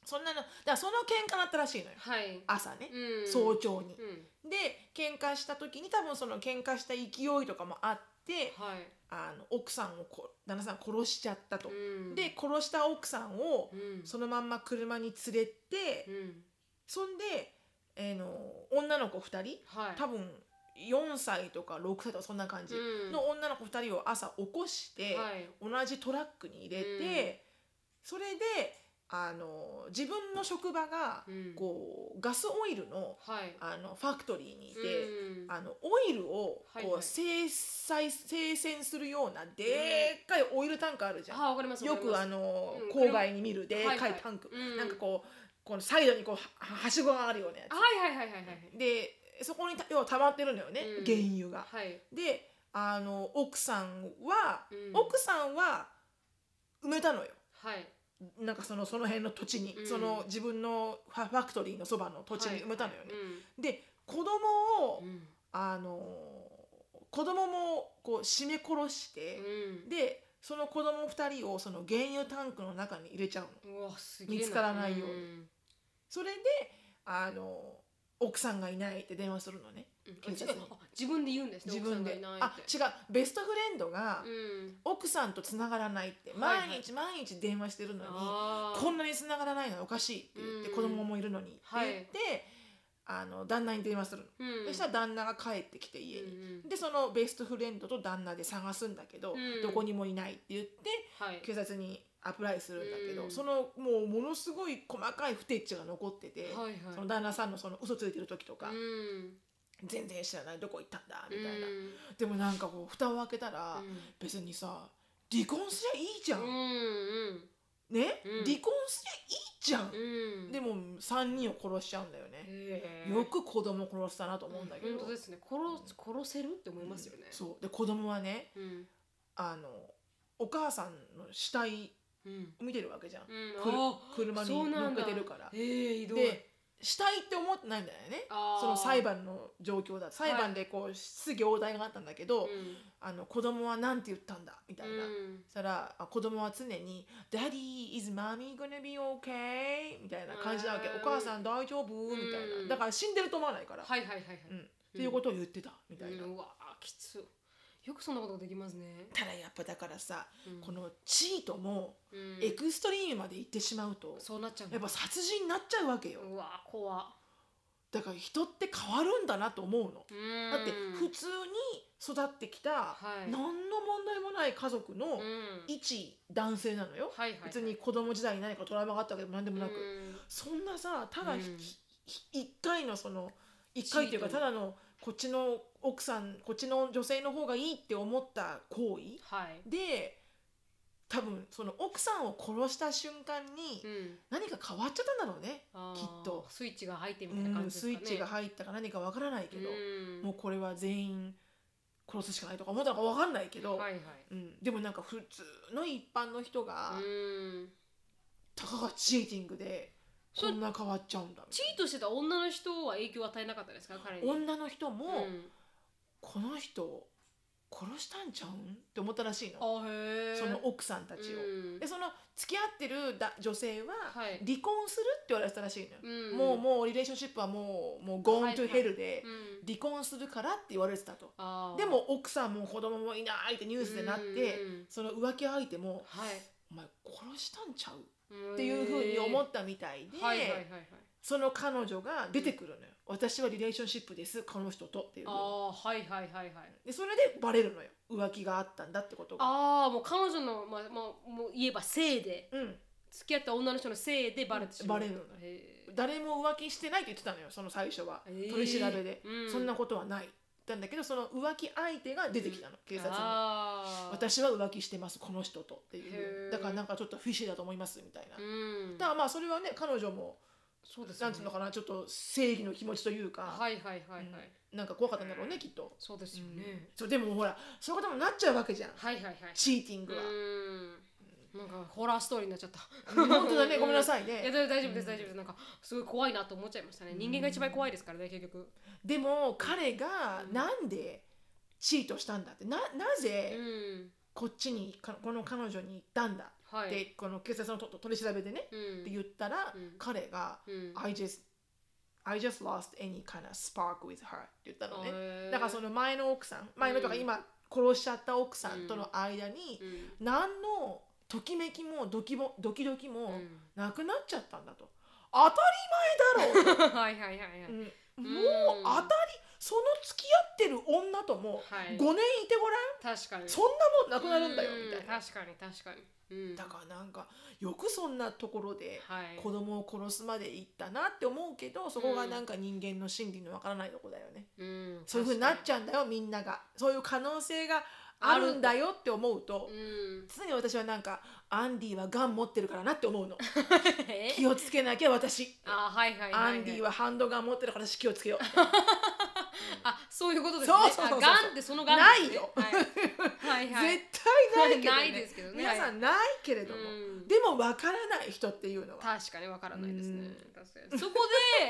そんなのだからその喧嘩だったらしいのよはい朝ね、うん早朝にう、んで喧嘩した時に多分その喧嘩した勢いとかもあって、はいあの奥さんをこ旦那さん殺しちゃったと、うんで殺した奥さんをうんそのまんま車に連れて、うんそんで、えーの女の子2人はい多分4歳とか6歳とかそんな感じうんの女の子2人を朝起こして、はい同じトラックに入れて、それであの自分の職場がうんこうガスオイルのはいあのファクトリーにいて。うんあのオイルをはいこはうい精細精選するようなでっかいオイルタンクあるじゃん。あわかりますよわかりくますあのうん郊外に見るでっかはいいはいタンク、うんなんかこうこのサイドにこうははしごがあるようなやあはいはいはいはいはいつ。でそこにた要は溜まってるのよね、うん原油が。はいであの奥さんは、うん奥さんは埋めたのよ。はいなんかそのその辺の土地に、うんその自分のファファクトリーのそばの土地に埋めたのよね。で子供を、うんうんあの子供もこう締め殺して、うでその子供2人をその原油タンクの中に入れちゃうのんうわすげえ見つからないようにんそれであの奥さんがいないって電話するのねうん警察にあ自分で言うんですね自分奥さでんがいないあって違うベストフレンドがうん奥さんと繋がらないって、はいはい毎日毎日電話してるのにあーこんなに繋がらないのはおかしいって言って、うん子供もいるのにって言はいって、あの旦那に電話するの、うんそしたら旦那が帰ってきて家に、うんでそのベストフレンドと旦那で探すんだけど、うんどこにもいないって言ってはい警察にアプライするんだけど、うんそのもうものすごい細かい不手地が残ってて、はいはいその旦那さんのその嘘ついてる時とか、うん全然知らないどこ行ったんだみたいな、うんでもなんかこう蓋を開けたら、う別にさ離婚すりゃいいじゃん、んうんね、うん離婚すりゃいいじゃんう、んでも3人を殺しちゃうんだよね、へえよく子供殺したなと思うんだけど、本当ですね殺殺せるって思いますよねそうで子供はねうんあのお母さんの死体うん見てるわけじゃん、うんくるあー車にそうな乗っんけだてるからええひどいで死体って思ってないんだよねあーその裁判の状況だ裁判でこう質疑応答があったんだけど、うんあの子供は何て言ったんだみたいな、うんそしたらあ子供は常に「Daddy is mommy gonna be okay?」みたいな感じなわけ「うんお母さん大丈夫?」みたいなだから死んでると思わないから、はいはいはいはいうん、っていうことを言ってたみたいな、うんうわーきつよくそんなことできますねただやっぱだからさ、うんこのチートもうんエクストリームまで行ってしまうと、そうなっちゃうのやっぱ殺人になっちゃうわけよ、うわー怖っだから人って変わるんだなと思うの、うんだって普通に育ってきたはい何の問題もない家族のうん一男性なのよ、はいはいはい別に子供時代に何かトラウマがあったわけでも何でもなく、うんそんなさただひ、うんひ一回のその一回っていうかチートただのこっちの奥さんこっちの女性の方がいいって思った行為はいで多分その奥さんを殺した瞬間にうん、何か変わっちゃったんだろうね、あーきっとスイッチが入ってみうたいな感ん、じですスかイね、ッチが入ったか何かわからないけど、うんもうこれは全員殺すしかないとか思ったのかわかんないけど、はいはいうん、でもなんか普通の一般の人が、うんたかがチーティングでそこうんな変わっちゃうんだチートしてた女の人は影響を与えなかったですか彼に女の人も、うんこの人を殺したんちゃうんって思ったらしいのあへえその奥さんたたちを。でその付き合ってるだ女性ははい離婚するって言われてたらしいのよ、うん、もうもうリレーションシップはもうもう gone はいは to い hell でうん、離婚するからって言われてたと、あーでも奥さんも子供もいないってニュースでなって、うんうんその浮気相手もはい「お前殺したんちゃう?」っっていうふうに思ったみたいで、はいはいはいはいその彼女が出てくるのよ、私はリレーションシップですこの人とっていうふうにあーはいはいはいはいでそれでバレるのよ浮気があったんだってことがああもう彼女のまあまあもう言えばせいでうん付き合った女の人のせいでバレてしまうバレるのへー誰も浮気してないって言ってたのよその最初は、えー取り調べで、うんそんなことはないなんだけどその浮気相手が出てきたの、警察にあー私は浮気してますこの人とっていへうーだからなんかちょっとフィッシュだと思いますみたいな、うんだからまあそれはね彼女もそうですよなねんていうのかなちょっと正義の気持ちというか、はいはいはいはいうんなんか怖かったんだろうねきっと、そうですようんねそうでもほらそういうこともなっちゃうわけじゃんはいはいはいチーティングは、うんなんかホラーストーリーになっちゃったうん本当だねごめんなさいいやねだ大丈夫です大丈夫ですなんかすごい怖いなと思っちゃいましたね人間が一番怖いですからね結局でも彼がなんでチートしたんだってななうぜんこっちにかこの彼女に行ったんだはっいて、この警察のとと取り調べでね、うんって言ったら、うん彼がう「ん I just I just lost any kind of spark with her」って言ったのねへーだからその前の奥さん前のとかうん今殺しちゃった奥さんとの間にうん何のときめきもドキもドキドキもうんなくなっちゃったんだと当たり前だろう はいはいはいはい。うんもううん当たりその付き合ってる女ともはい5年いてごらん、確かに。そんなもんなくなるんだよみたいなうん確かに確かに。うん、だからなんかよくそんなところではい。子供を殺すまで行ったなって思うけどそこがなんか人間の心理のわからないとこだよね、うん、そういうふうになっちゃゃうんだよみんながそういう可能性があるんだよって思うとうん。常に私はなんかアンディはガン持ってるからなって思うのえ気をつけなきゃ私あはいはいはい、アい。ンディはハンドガン持ってるから私気をつけようあそういうことですね。そうそうそうそうあガンってそのガンです、ね。ないよはい。はい 絶はい。対ないけど、ね、ないですけどね皆さんないけれども、うんでもわからない人っていうのは確かにわからないですうねん。確かにそこ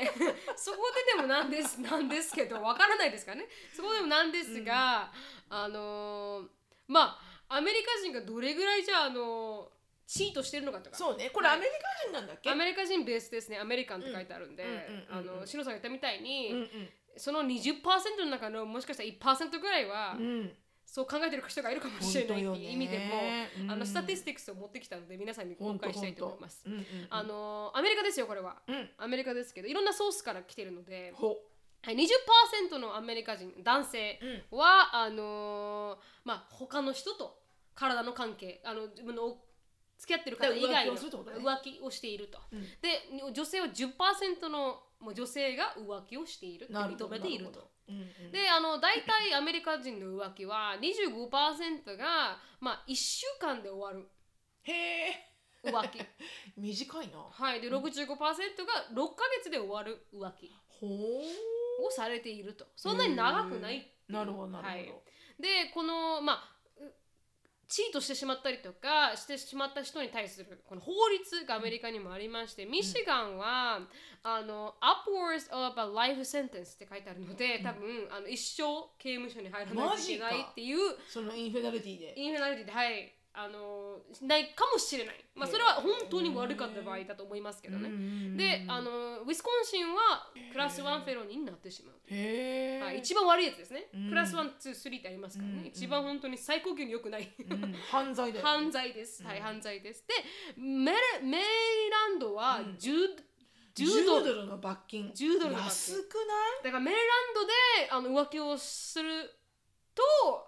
で そこででもなんですなんですけどわからないですからね。そこでもなんですが、あのーまあアメリカ人がどれぐらいじゃあ、あのーチートしてるのかとかそうねこれはアいメリカ人なんだっけ、アメリカ人ベースですねアメリカンって書いてあるんでうんうんうんあうんうんのシノさんが言ったみたいに、うんその20%の中のもしかしたら1%ぐらいは、うんうんそう考えてる人がいるかもしれないっていう意味でも、あのスタティスティックスを持ってきたので皆さんに公開したいと思います。うんうんうん、あのアメリカですよこれはうんアメリカですけどいろんなソースから来てるので、ほはい、20%のアメリカ人男性うんは、あのーまあ他の人と体の関係あの自分の付き合ってる方以外のだから浮気をするってことね浮気をしていると、うんで女性は10%のもう女性が浮気をしているってなるほど認めているなると。うんうんであの大体アメリカ人の浮気は25%が、まあ、1週間で終わるへえ浮 気短いなはいで65%が6ヶ月で終わる浮気ほをされているとそんなに長くないっていううなるほどなるほはど、いでこのまあうチートしてしまったりとかしてしまった人に対するこの法律がアメリカにもありまして、ミシガンは、あの upwards of a life sentence って書いてあるので多分、あの一生刑務所に入らないといけなマジいかっていうそのインフェダルティでインフェナリティではいあのないかもしれない、まあ、それは本当に悪かった場合だと思いますけどね、であののウィスコンシンはクラス1フェロニーになってしまうへえ、はい、一番悪いやつですね、うんクラス123ってありますからね、うん一番本当に最高級に良くない、うん犯罪だよ、犯罪です、はい犯罪ですでメレメイランドはうん 10,、 10 10ドドルルの罰金10ドルの罰金安く ないだからメイランドであの浮気をすると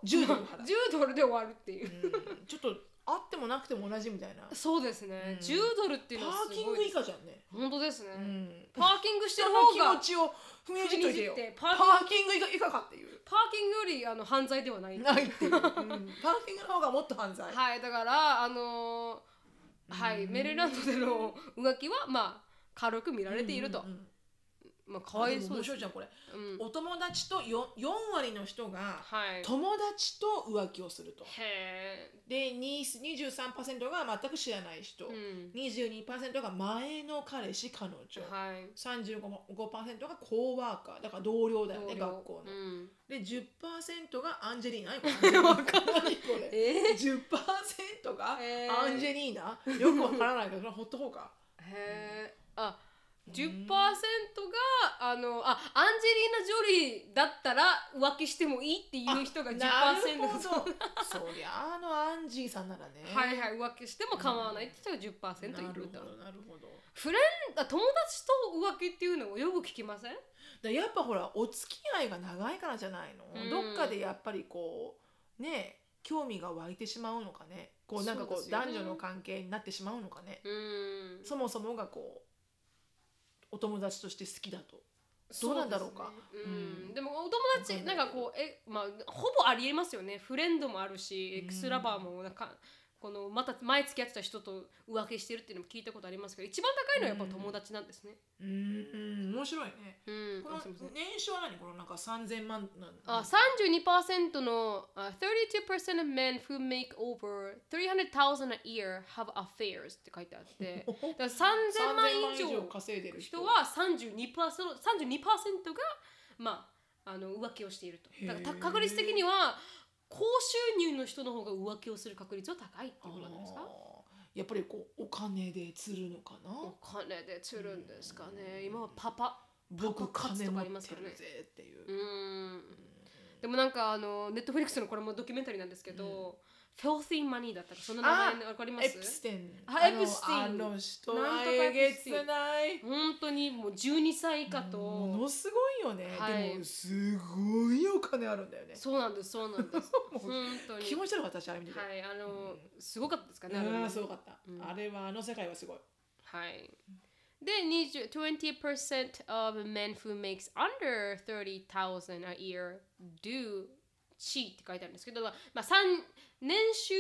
10ドル払う10ドルで終わるっていう、うんちょっとあってもなくても同じみたいなそうですね、うん10ドルっていうパのはーすキごンいグで以す下じゃんね、本当ですね、うん、パーキングして人るの方気が持ちを踏みにじっといてよ踏みにじってパパーキンーキング以下以下かっていうパーキングよりあの犯罪ではないないっていう、うん、パーキングの方がもっと犯 罪はいだからあのーはいメリーランドでの浮気はまあ軽く見られていると、うんうんうんまあかわいでもそう面です白いじゃんこれ、うんお友達と 4, 4割の人がはい友達と浮気をするとへえでに23%が全く知らない人、うん22%が前の彼氏彼女、はい35%がコーワーカーだから同僚だよね同僚学校の、うんで10%がアンジェリー ナ何これ何これえ10%がえーアンジェリーナ、よくわからないけどそれほっとこうかー、へーあ10%があのあアンジェリーナ・ジョリーだったら浮気してもいいっていう人が10%なるほ どそうそりゃあのアンジーさんならねはいはい浮気しても構わないって人が10%いなるるほとどなるほどフレンあ友達と浮気っていうのをよく聞きませんだやっぱほらお付き合いが長いからじゃないの、うんどっかでやっぱりこうね興味が湧いてしまうのかねこうなんかこうそうですよね男女の関係になってしまうのかねうんそもそもがこうお友達として好きだとどうなんだろうかそうですねうんうんでもお友達わかんなないんかこうえまあほぼありえますよねフレンドもあるしうんエクスラバーもなんかこのまた前付き合ってた人と浮気してるっていうのも聞いたことありますけど一番高いのはやっぱ友達なんですね。うんうん面白いねうん、このあすいません年収は何このなんか3000万なあ32%のあ32% of men who make over 300,000 a year have affairs って書いてあ ってだから3000 3000万万以以上上稼いでる人人は32%, 32が、まあ、あの浮気をしているとへーだからた確率的には高収入の人の方が浮気をする確率は高いっていうことなんですかあーやっぱりこうお金で釣るのかなお金で釣るんですかね今はパパ僕パパ活とか金持あっりますてからねるぜっていううーんでもなんかあのネットフリックスのこれもドキュメンタリーなんですけど、Filthy Money だったかそんな名前わかりまエプスすテンあエのプスティンあの人なんとはかえエげプスつティンない本当にもう12歳以下もとのすごいよね、はいでもすごいお金あるんだよねそうなんですそうなんですも う本当に気持ち悪い私あれ見てて、はいあのすごかったですかねあれあもあすごかった、うんあれはあの世界はすごいはい。で、20 20% of men who makes under 30,000 a year do cheat って書いてあるんですけど、まあ、三年収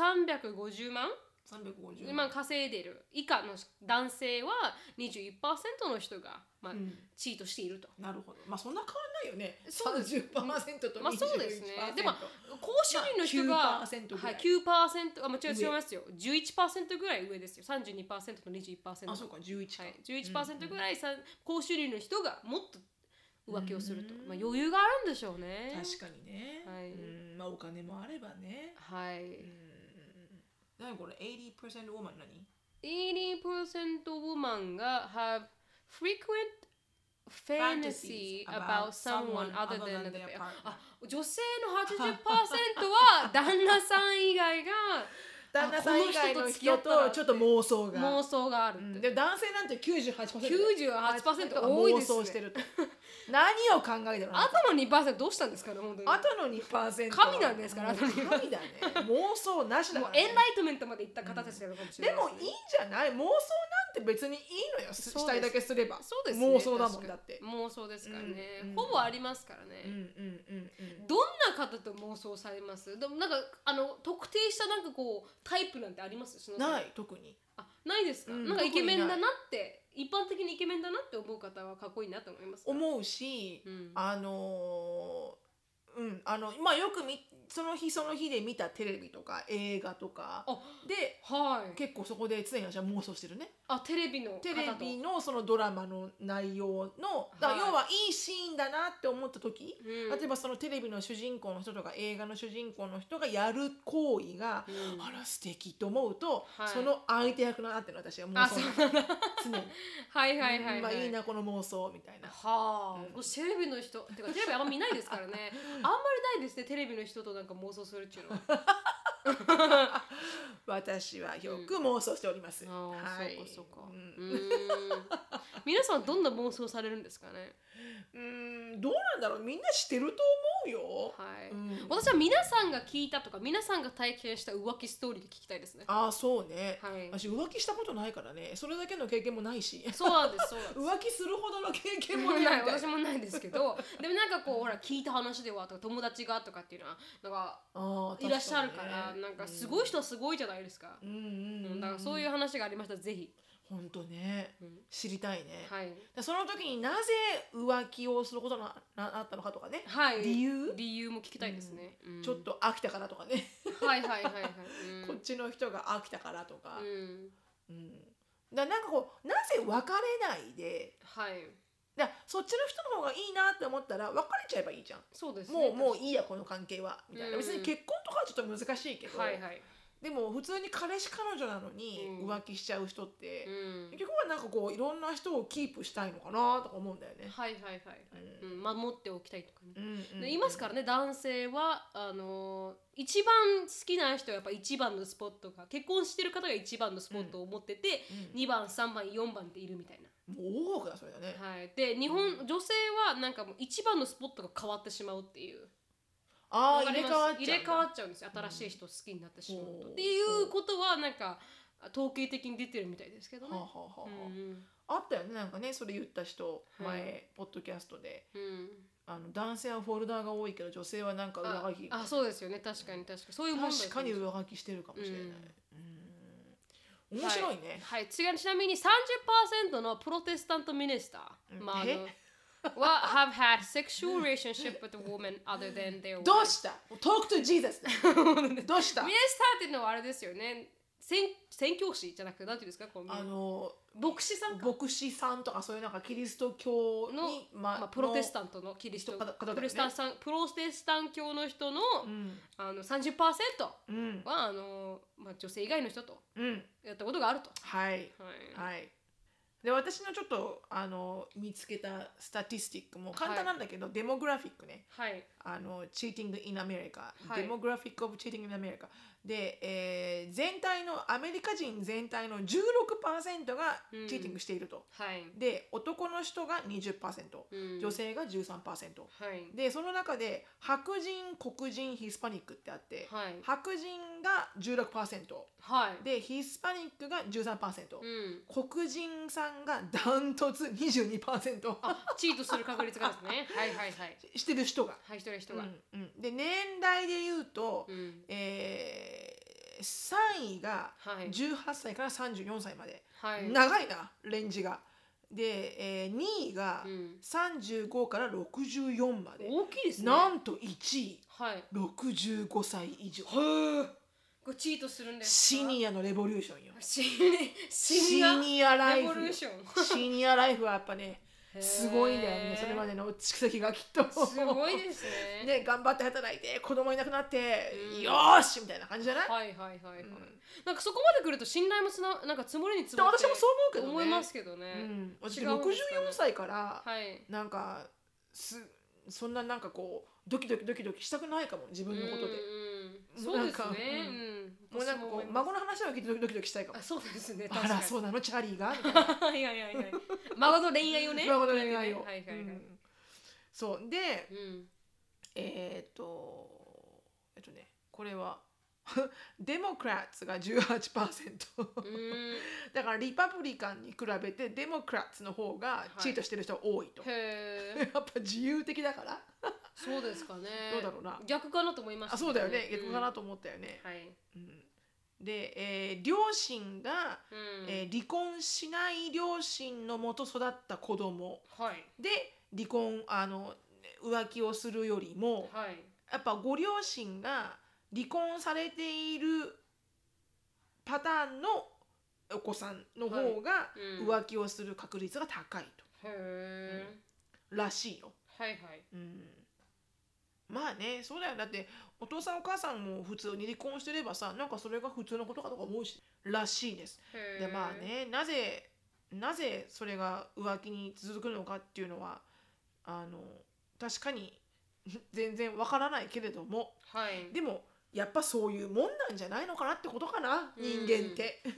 350万350今稼いでる以下の男性は21%の人が、まあうんチートしていると。なるほどまあそんな変わんないよねそうです30%と21%、まあそうですねでも高収入の人が、まあはい9%ぐらい9%あ、間違い上違いますよ11%ぐらい上ですよ32%と21%あそうか11か、はい、11%ぐらいさ、高収入の人がもっと浮気をすると、うんまあ、余裕があるんでしょうね。確かにね、はいうんまあお金もあればねはい、何これ80%オーマン何80%ウーマンが have frequent fantasy about someone other than the their pair. partner あ女性の80%は旦那さん以外が旦那さん以外の人とちょっと妄想が妄想があるうっんて。で男性なんて98% 98%多いですね妄想してると何を考えてるのあとの2%どうしたんですかね本当に。あとの2%神なんですからあとの2%神だね妄想なしだもうからねエンライトメントまでいった方たちなのかもしれでないもすねいいんじゃない妄想なんて別にいいのよしそうですたいだけすればそうですね妄想だも確んかだって妄想ですからね、うんうんほぼありますからうんうんね、うんうんどんな方と妄想されますでもなんかあの特定したなんかこうタイプなんてあります篠田さんない特にあないですか、うんなんかイケメンだ特になって一般的にイケメンだなって思う方はかっこいいなと思いますか思うしうんあのーうんあのまあよくみその日その日で見たテレビとか映画とかあではい結構そこで常に私は妄想してるねあテレビの方とテレビのそのドラマの内容のだからはい要はいいシーンだなって思った時、うん例えばそのテレビの主人公の人とか映画の主人公の人がやる行為が、うんあら素敵と思うと、はいその相手役のなってるの私は妄あそ想うなの常に はいはいはい、はいうんまあいいなこの妄想みたいなはあ、うんこれテレビの人てかテレビあんま見ないですから ねあんまりないですねテレビの人となんか妄想するっていうのは私はよく妄想しております、ああ、はいそうかそうか。うんうーん 皆さんどんな妄想されるんですかね。うーんどうなんだろうみんなしてるとうよ。はい、うん私は皆さんが聞いたとか皆さんが体験した浮気ストーリー聞きたいですねああ、そうね。はい私浮気したことないからね。それだけの経験もないし。そうなんですそうなんです 浮気するほどの経験 ももないいみないたい私もないですけどでもなんかこうほら聞いた話ではとか友達がとかっていうのはなんかあーいらっしゃるから、確にねなんかすごい人はすごいじゃないですかう、んうんううんん、だからそういう話がありましたらぜひ、本当ねうん知りたいね、はいでその時になぜ浮気をすることにななったのかとかね、はい理由理由も聞きたいですね、うんちょっと飽きたからとかね、はいはいはいはい、うん こっちの人が飽きたからとか、うんうんだからなんかこうなぜ別れないではいだからそっちの人の方がいいなって思ったら別れちゃえばいいじゃんそうですもうもう確いいやこの関係はみたいなうん別に結婚とかはちょっと難しいけど、かにはいはい、でも普通に彼氏彼女なのにうん浮気しちゃう人って、うん、結局はなんかこういろんな人をキープしたいのかなとか思うんだよね。はいはいはいはい、ううん、守っておきたいとかね、うんでいますからね男性はあのー一番好きな人はやっぱ一番のスポットが結婚してる方が一番のスポットを持ってて、うん2番3番4番っているみたいな、もう大奥だそれだね。はい、で日本、女性はなんかもう一番のスポットが変わってしまうっていうあわあか入りまれ替すわっちゃう。入れ替わっちゃうんですよ新しい人を好きになってしまうと、うんっていうことはなんか統計的に出てるみたいですけどね、はあはあはあはうんあったよねなんかねそれ言った人前、はいポッドキャストでうんうんあの男性はフォルダーが多いけど女性はなんかあ上書きあそうですよね確かに確かにそういう問題です確かに上書きしてるかもしれない。うん面白いね。はい、はい、ちなみに30%のプロテスタントミニスター、うんまあ、あえのは have had sexual relationship with a woman other than their どう wife したトークトゥジ ーザスどうしたミニスターっていうのはあれですよね宣宣教師じゃなくてなんていうんですかこうあの牧師さんか牧師さんとかそういうなんかキリスト教にのままあ、プロテスタタントのキリスト人方々だよねプロテスタンさんプロテスタン教の人の,、うんあの30%うんはあの、まあ、女性以外の人とうんやったことがあると。はいはいはいで私のちょっとあの見つけたスタティスティックも簡単なんだけど、デモグラフィックねはいあの Cheating in America、はいデモグラフィック of Cheating in America で、えー全体のアメリカ人全体の16%がうんチーティングしていると、はい、で男の人が20%うん女性が13%、はいでその中で白人黒人ヒスパニックってあって、はい白人が16%はいでヒスパニックが13%、うん、黒人さんがダントツ22%あチートする確率がです ねはいはいはいしてる人が。はい一人一人が、うんうんで年代で言うと、うんえー3位がはい18歳から34歳まで、はい長いなレンジが。で、えー2位がうん35から64まで、大きいですねなんと1位はい65歳以上これチートするんですかシニアのレボリューションよシニシシニアニアライレボフリューションシニアライフはやっぱねへーすごいんだよねそれまでの蓄積がきっとすごい ですねね頑張って働いて子供いなくなって、うんよーしみたいな感じじゃない、はいはいはいはい、うんなんかそこまで来ると信頼もつななんか積もりに積でもって私もそう思うけどね思いますけどね、うん、私違うん64ですかね歳からはいなんかすそんななんかこうドキドキドキドキしたくないかも自分のことで、うんうん、そうですねもうなんかうんうんもうなん私か思こいうま孫の話は聞いてドキドキドキしたいかもすあそうですね確あかにらそうなのチャーリーがみたいな はいはいはいはい。孫の恋愛をね。孫の恋愛を、はいはいはうい。んそうでうん。えーっとえっとねこれは デモクラッツが18%うん。だからリパブリカンに比べてデモクラッツの方がいチートしてる人が多いと、へ やえ。っぱ自由的だからそうですかね。どうだろうな逆かなと思いました、あそうだよね逆かなと。と思ったよね、はい。うんで、えー両親が、うん。えー離婚しない両親のもと育った子供はい。で離婚あの浮気をするよりもはい。やっぱご両親が離婚されているパターンのお子さんの方がうん。へ浮気をする確率が高いと、え。らしいよ。はいはい。うんまあねそうだよだってお父さんお母さんも普通に離婚してればさなんかそれが普通のことかとか思うしらしいです。へえ。でまあ。ねなぜなぜそれが浮気に続くのかっていうのはあの確かに全然わからないけれどもはい。でもやっぱそういうもんなんじゃないのかなってことかな人間って。う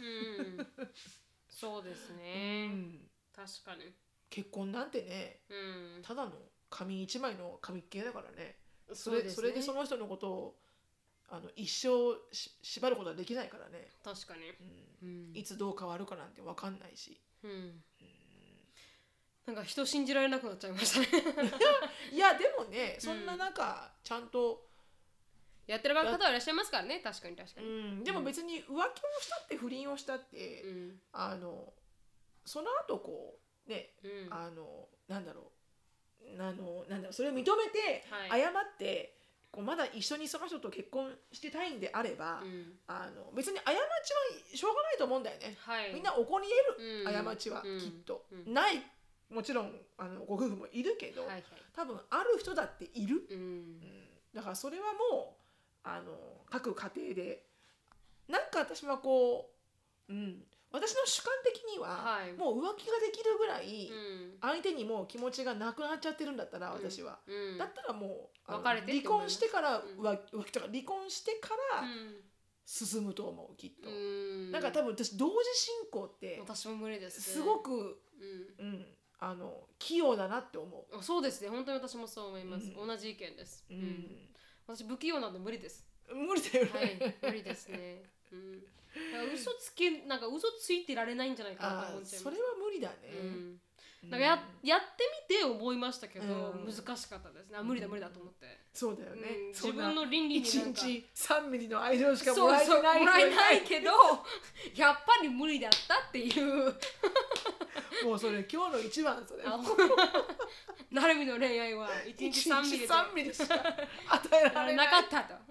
ん。そうですうね。ん確かに。結婚なんてねうん。ただの紙一枚の紙系だからねそれうそ,、ですねれでその人のことをあの一生し縛ることはできないからね、確かに、うんうんいつどう変わるかなんて分かんないしうんなんか人信じられなくなっちゃいましたね いやでもねそんな中、ちゃんと、やってる方はいらっしゃいますからね確かに確かうに、ん、でも別に浮気をしたって不倫をしたって、うんあのその後こうねうんあのなんだろうあのなんだろうそれを認めて、はい謝ってこうまだ一緒にその人と結婚してたいんであれば、うんあの別に過ちはしょうがないと思うんだよね、はい、みんな起こりうん得る過ちは、うんきっと、うんないもちろんあのご夫婦もいるけど、はいはい多分ある人だっている、ううんんだからそれはもうあの各家庭でなんか私はこう、うん、私の主観的には、はいもう浮気ができるぐらい、うん相手にもう気持ちがなくなっちゃってるんだったらうん私は、うんだったらもうあの別れてって思離いま婚すしてからうん浮気浮気とか離婚してから進むと思うきっと、うんなんか多分私同時進行って私も無理です、ね、すご、く、ううん、あの器用だなって思ん、あそうですね本当に私もそう思います、うん同じ意見です、う、ううんん私不器用なんで無理 です無理だよね、はい無理ですね、うん、だから嘘つけなんか嘘ついてられないんじゃないかなあと思っーちゃいそまれすは無理だね、うんうんなんかややってみて思いましたけど、うん難しかったですねあ無理だ無理だと思って、そうだよね、うんそ自んな分の倫理になん1か日3ミリの愛情しそかうもらえてそうもない人らえいなないいけど やっぱり無理だったっていうもうそれ今日の一番それあなるみの恋愛は1 1日日3ミリで3ミリしか与えられないなかったと、はい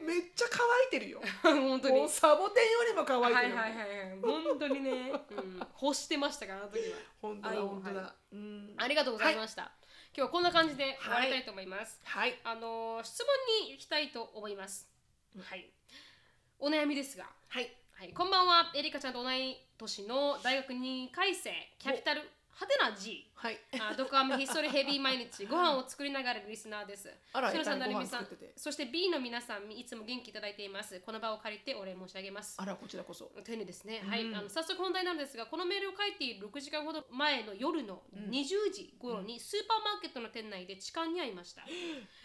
めっちゃ乾いてるよはいはい、本当にもうサボテンよりも乾はいいはているよ、はいはい本当にね、うん、欲してましたからあの時は本当だ愛を本当だ、はうんありがとうございました、今日はこんな感じで終わりたいと思います、はいあのー質問に行きたいと思います。はい。お悩みですが、はいはい、こんばんは。エリカちゃんと同い年の大学2回生、キャピタル、ハテナ G。はいあドクアメひっそりヘビー毎日ご飯を作りながらリスナーです。あらシロさん、エなリるカにごみ飯さ作んってて、そして B の皆さん、いつも元気いただいています。この場を借りてお礼申し上げます。あらこちらこそ丁寧ですね、はいうんあの早速本題なんですがこのメールを書いている6時間ほど前の夜のうん20時頃にスーパーマーケットの店内で痴漢に遭いました、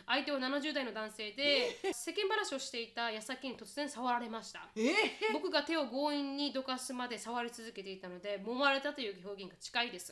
相手は70代の男性で 世間話をしていた矢先に突然触られましたええ僕が手を強引にどかすまで触り続けていたので揉まれたという表現が近いです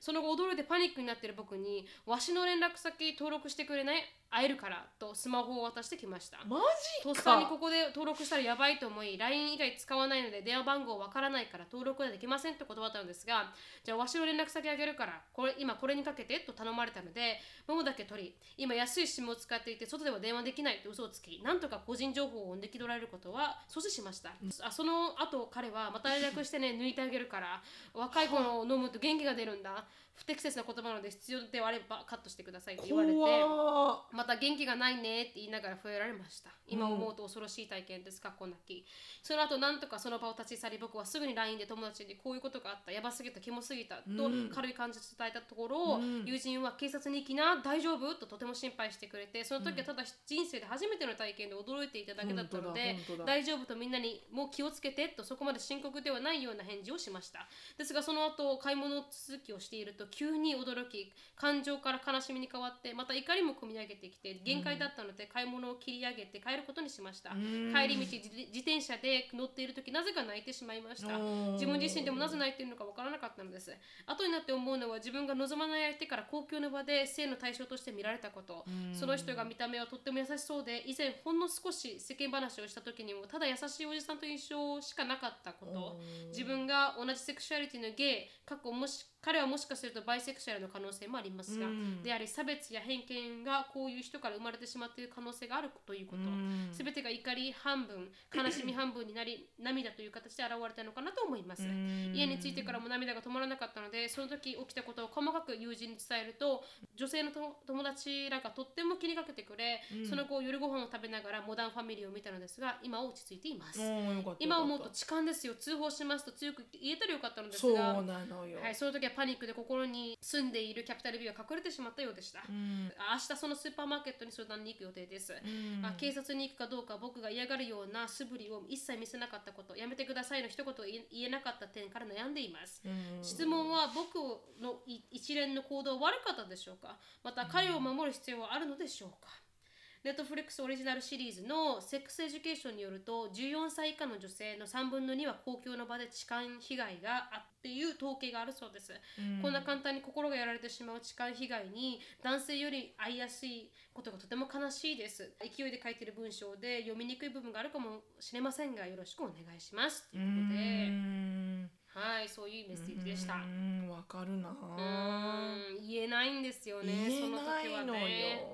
その後驚いてパニックになっている僕に「わしの連絡先登録してくれない会えるから」とスマホを渡してきましたマとっジさかにここで登録したらやばいと思い LINE 以外使わないので電話番号わからないから登録はできませんと断ったのですがじゃあわしの連絡先あげるからこれ今これにかけてと頼まれたのでももだけ取り今安い SIM を使っていて外では電話できないと嘘をつきなんとか個人情報を抜き取られることは阻止しました、あその後彼はまた連絡してね抜いてあげるから若い子のを飲むと元気が出るんだ不適切な言葉なので必要であればカットしてくださいって言われて怖っまた元気がないねって言いながら増えられました今うん思うと恐ろしい体験ですかっこなきその後なんとかその場を立ち去り僕はすぐに LINE で友達にこういうことがあったやばすぎたキモすぎたとうん軽い感じで伝えたところ、うん友人は警察に行きな大丈夫ととても心配してくれてその時うんはただ人生で初めての体験で驚いていただけだったので本当だ本当だ大丈夫とみんなにもう気をつけてとそこまで深刻ではないような返事をしましたですがその後買い物続きをしていると急に驚き感情から悲しみに変わってまた怒りも込み上げてきて限界だったので買い物を切り上げて帰ることにしました、うん帰り道自自転車で乗っている時なぜか泣いてしまいましたうん自分自身でもなぜ泣いているのかわからなかったのです後になって思うのは自分が望まない相手から公共の場で性の対象として見られたことうんその人が見た目はとっても優しそうで以前ほんの少し世間話をした時にもただ優しいおじさんという印象しかなかったことうん自分が同じセクシュアリティのゲイ過去もし彼はもしかするとバイセクシュアルの可能性もありますが、うんであり差別や偏見がこういう人から生まれてしまっている可能性があるということ、うん全てが怒り半分悲しみ半分になり涙という形で現れたのかなと思います、うん家に着いてからも涙が止まらなかったのでその時起きたことを細かく友人に伝えると女性のと友達らがとっても気にかけてくれ、うんその後夜ご飯を食べながらモダンファミリーを見たのですが今は落ち着いています、うんよかった今思うよとかっ痴漢ですよ通報しますと強く言えたらよかったのたですそうがなのよ、はい、その時はパニックで心に住んでいるキャピタル B が隠れてしまったようでした、うん明日そのスーパーマーケットに相談に行く予定です、うんあ警察に行くかどうか僕が嫌がるような素振りを一切見せなかったことやめてくださいの一言を言え言えなかった点から悩んでいます、うん質問は僕のい一連の行動は悪かったでしょうかまた彼を守る必要はあるのでしょうか、ネットフリックスオリジナルシリーズの「セックスエデュケーション」によると14歳以下の女性の3分の2は公共の場で痴漢被害があっていう統計があるそうです、こんな簡単に心がやられてしまう痴漢被害に男性より遭いやすいことがとても悲しいです勢いで書いてる文章で読みにくい部分があるかもしれませんがよろしくお願いしますとういうことで、んはいそういうメッセージでした、うーんわかるなうあーん言えないんですよね言えそのない時はのよね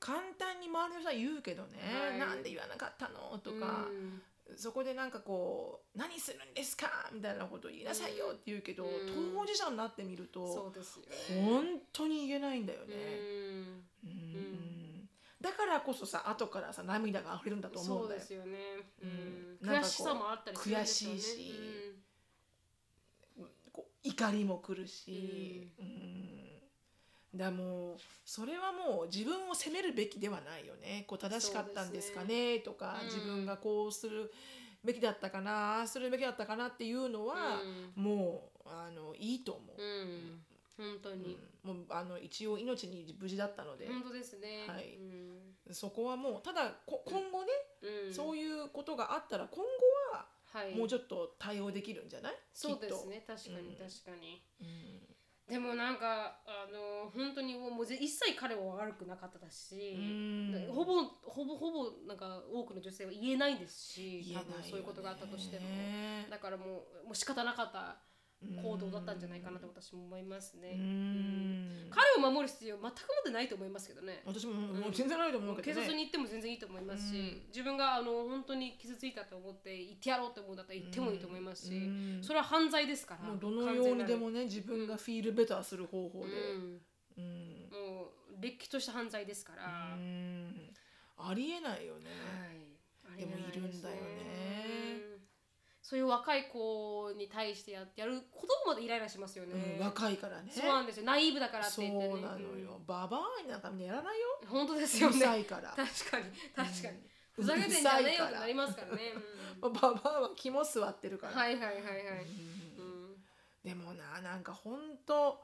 簡単に周りの人は言うけどね、はいなんで言わなかったのとかう、んそこでなんかこう何するんですかみたいなこと言いなさいよって言うけど、うん当事者になってみるとそうですよ本当に言えないんだよね、うんうんんだからこそさ後からさ涙が溢れるんだと思そううんだでよすよね、うんうん、悔なんかこうしさもあったりするんですよね悔しいしこう怒りも来るし、うんだからもうそれはもう自分を責めるべきではないよねこう正しかったんですかそうねとか、うん自分がこうするべきだったかなああするべきだったかなっていうのうんは、もうあのいいと思うう、ん、うん、本当に、うんもうあの一応命に無事だったので、本当ですね。はいうんそこはもうただこ今後ね、うん、そういいうことがあったら今後ははい、もうちょっと対応できるんじゃない、そうできっすと、ね。確かうに確んかに。うんでもなんかあの本当にもうもうぜ一切彼は悪くなかっただし、うんほぼほぼほぼなんか多くの女性は言えないですし、言多えないよね分そういうことがあったとしても。だからもうもう仕方なかった行動だったんじゃないかなと私も思いますね。うん彼を守る必要全くまでないと思いますけどね。私ももう全然ないと思うけど、ね警察に行っても全然いいと思いますし、うん自分があの本当に傷ついたと思って行ってやろうと思うんだったら行ってもいいと思いますし、うんそれは犯罪ですからもうどのようにで完もね自分がフィールベターする方法で、うん全なるうんもうれっきとした犯罪ですから、うはいんありえないよね、ありえないでもいるんだよねうんそういう若い子に対してややることもまでイライラしますよね、うん、若いからねそうなんですよナイーブだからってそう言ってねなのよ、ババアになんかやらない ようん本当ですうよるねさいから確かに確かに、うんふざけてんじゃねえようるさいっかてらなりますからね、うんババアは肝座ってるから、はいはいはいはい、うんうでもななんか本当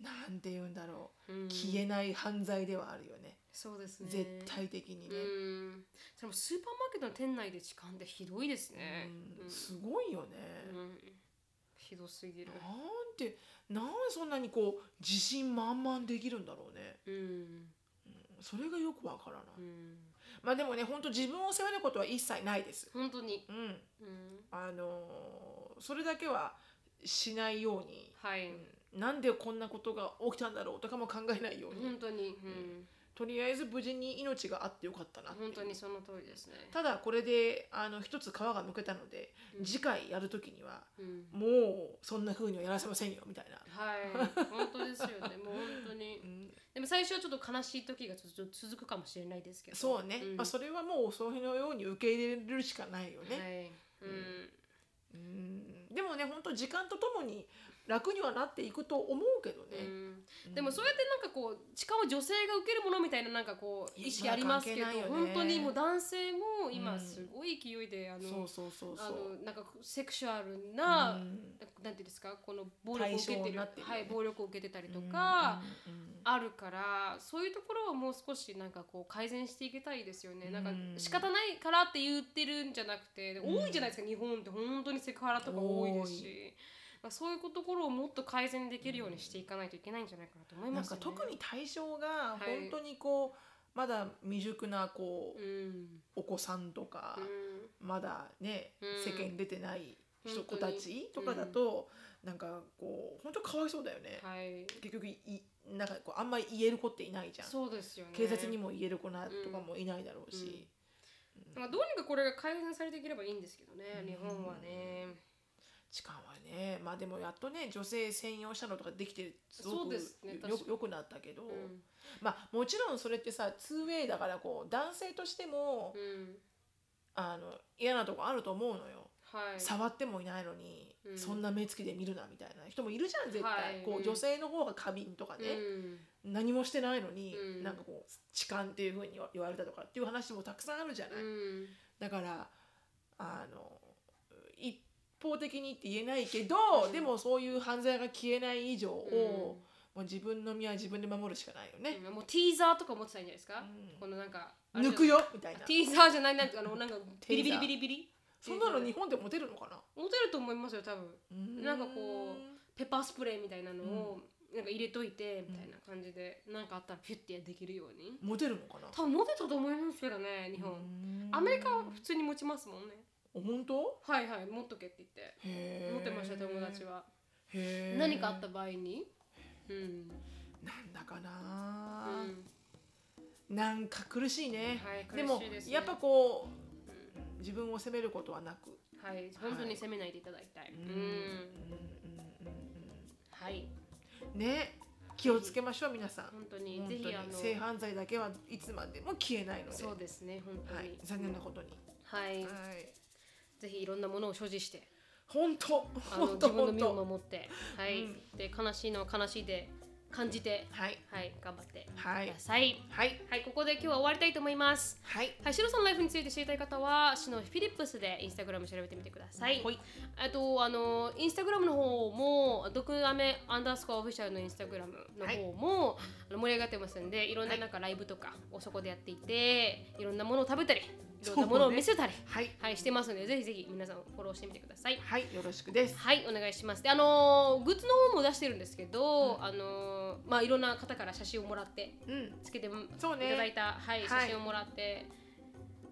なんて言うんだろんうんう消えない犯罪ではあるよね、そうですね絶対的にね、うんそれもスーパーマーケットの店内で痴漢ってひどいですねうんうんすごいよね、うんひどすぎるなんてなんそんなにこう自信満々できるんだろうねうんそれがよくわからない、うんまあでもね本当自分を責めることは一切ないです本当にうんうんあのーそれだけはしないように、はいうんなんでこんなことが起きたんだろうとかも考えないように、本当にうんとりあえず無事に命があってよかったなっていう本当にその通りですねただこれであの一つ皮がむけたので、うん次回やる時にはうんもうそんな風にはやらせませんよみたいな、はい本当ですよねもう本当にうんでも最初はちょっと悲しい時がつづ続くかもしれないですけどそうね、んまあ、それはもうそのように受け入れるしかないよね、はいうんうんでもね本当時間とともに楽にはなっていくと思うけどうんね、うんでもそうやってなんかこう痴漢は女性が受けるものみたいななんかこういや意識ありますけど、まあ関係ないよね本当にもう男性もう今んすごい勢いで、あそのうそうそうそあうのなんかセクシュアルな、うんなんていうんですかこの暴力を受けて対象るになってるよねはい、暴力を受けてたりとか、うんうんうんあるからそういうところはもう少しなんかこう改善していけたいですよね、なんかうん仕方ないからって言ってるんじゃなくてうん多いじゃないですか、日本って本当にセクハラとか多いですし。まあそういうところをもっと改善できるようにしていかないといけないんじゃないかなと思いなまんすよかね。特に対象がい本当にこう、まだ未熟なこうう、んお子さんとか、まだね、うん世間出てない人子本当たにちとかだと、なんかこう本当かわいそうだよね、はい、結局いなんかこうあんまり言える子っていないじゃん、そうですよね。警察にも言える子なとかもいないだろううんし、なんかどうにかこれが改善されていければいいんですけどね、うん日本はね。痴漢はねまあでもやっとね女性専用車両とかできてすごそうくですねよ確かによくなったけど、うん、まあもちろんそれってさ 2way だからこう男性としても、うん、あの嫌なとこあると思うのよ、はい。触ってもいないのに、うんそんな目つきで見るなみたいな人もいるじゃん絶対、はいこううん女性の方が過敏とかね、うん、何もしてないのに、うんなんかこう痴漢っていうふうに言われたとかっていう話もたくさんあるじゃない、うん、だからあの一方的にって言えないけど、うんでもそういう犯罪が消えない以上うを、もう自分の身は自分で守るしかないよね。んもうティーザーとか持ってたらいいんじゃないですか、うんこのなんかあれじゃ抜ないくよみたいなティーザーじゃないなんていうかあのなんかビリビリビリビリそんなの日本でモテるのかなモテると思いますよ多分なんかこうペッパースプレーみたいなのをなんか入れといてみたいな感じで、なんかあったらピュッてできるようにモテるのかな多分モテたと思いますけどね日本、本アメリカは普通に持ちますもんね本当はいはい持っとけって言ってへー持ってましたよ友達はへー何かあった場合にうん、なんだかうな、ん、なんか苦しいね、はい苦しいでもですねやっぱこうう自分を責めることはなくんはい本当に責めないでいただきたい、うんうんうんはいうんうんね気をつけましょう皆さん本当に本当ぜにひあの性犯罪だけはいつまでも消えないのでそうですね本当に、はい、残念なことに、はい、はいぜひいろんなものを所持して本当あの本自当分の本身を当守って、はいうんで悲しいのは悲しいで感じて、はいはい、頑張ってはくいださい。はいはい、ここで今日は終わりたいと思います。はいはい、シロさんのライフについて知りたい方は、シノフィリップスでインスタグラム調べてみてください。ほいあと、あの、インスタグラムの方も、ドクアメアンダースコアオフィシャルのインスタグラムの方も、あの盛り上がってますんで、いろんななんかライブとかをそこでやっていて、いろんなものを食べたり、いろんなものを見せたり、はいはい、してますので、ぜひぜひ皆さんフォローしてみてください。はいよろしくですはいお願いしますであのーグッズの方も出してるんですけど、あのーまあいろんな方から写真をもらってうんつけていそうねただいた、はいはい写真をもらって、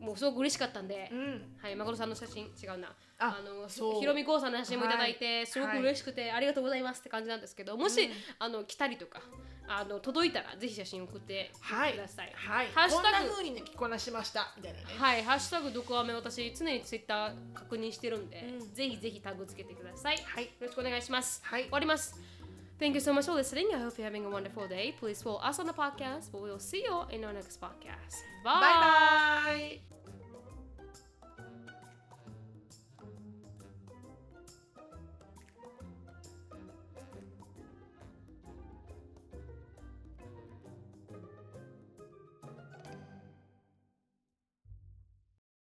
もうすごく嬉しかったんで、うんはいマコロさんの写真違うなあのそうひろみこうさんの写真もいただいて、はいすごく嬉しくて、ありがとうございますって感じなんですけどもし、うんあの来たりとかあの届いたらぜひ写真送ってはいください。はいハッシュタグこんな風にね着こなしましたみたいなねはい、ハッシュタグ毒アメ私常にツイッター確認してるんで、うんぜひぜひタグつけてください。はいよろしくお願いします。はい終わります。Thank you so much for listening. I hope you're having a wonderful day. Please follow us on the podcast, but we'll see you in our next podcast. バイバイ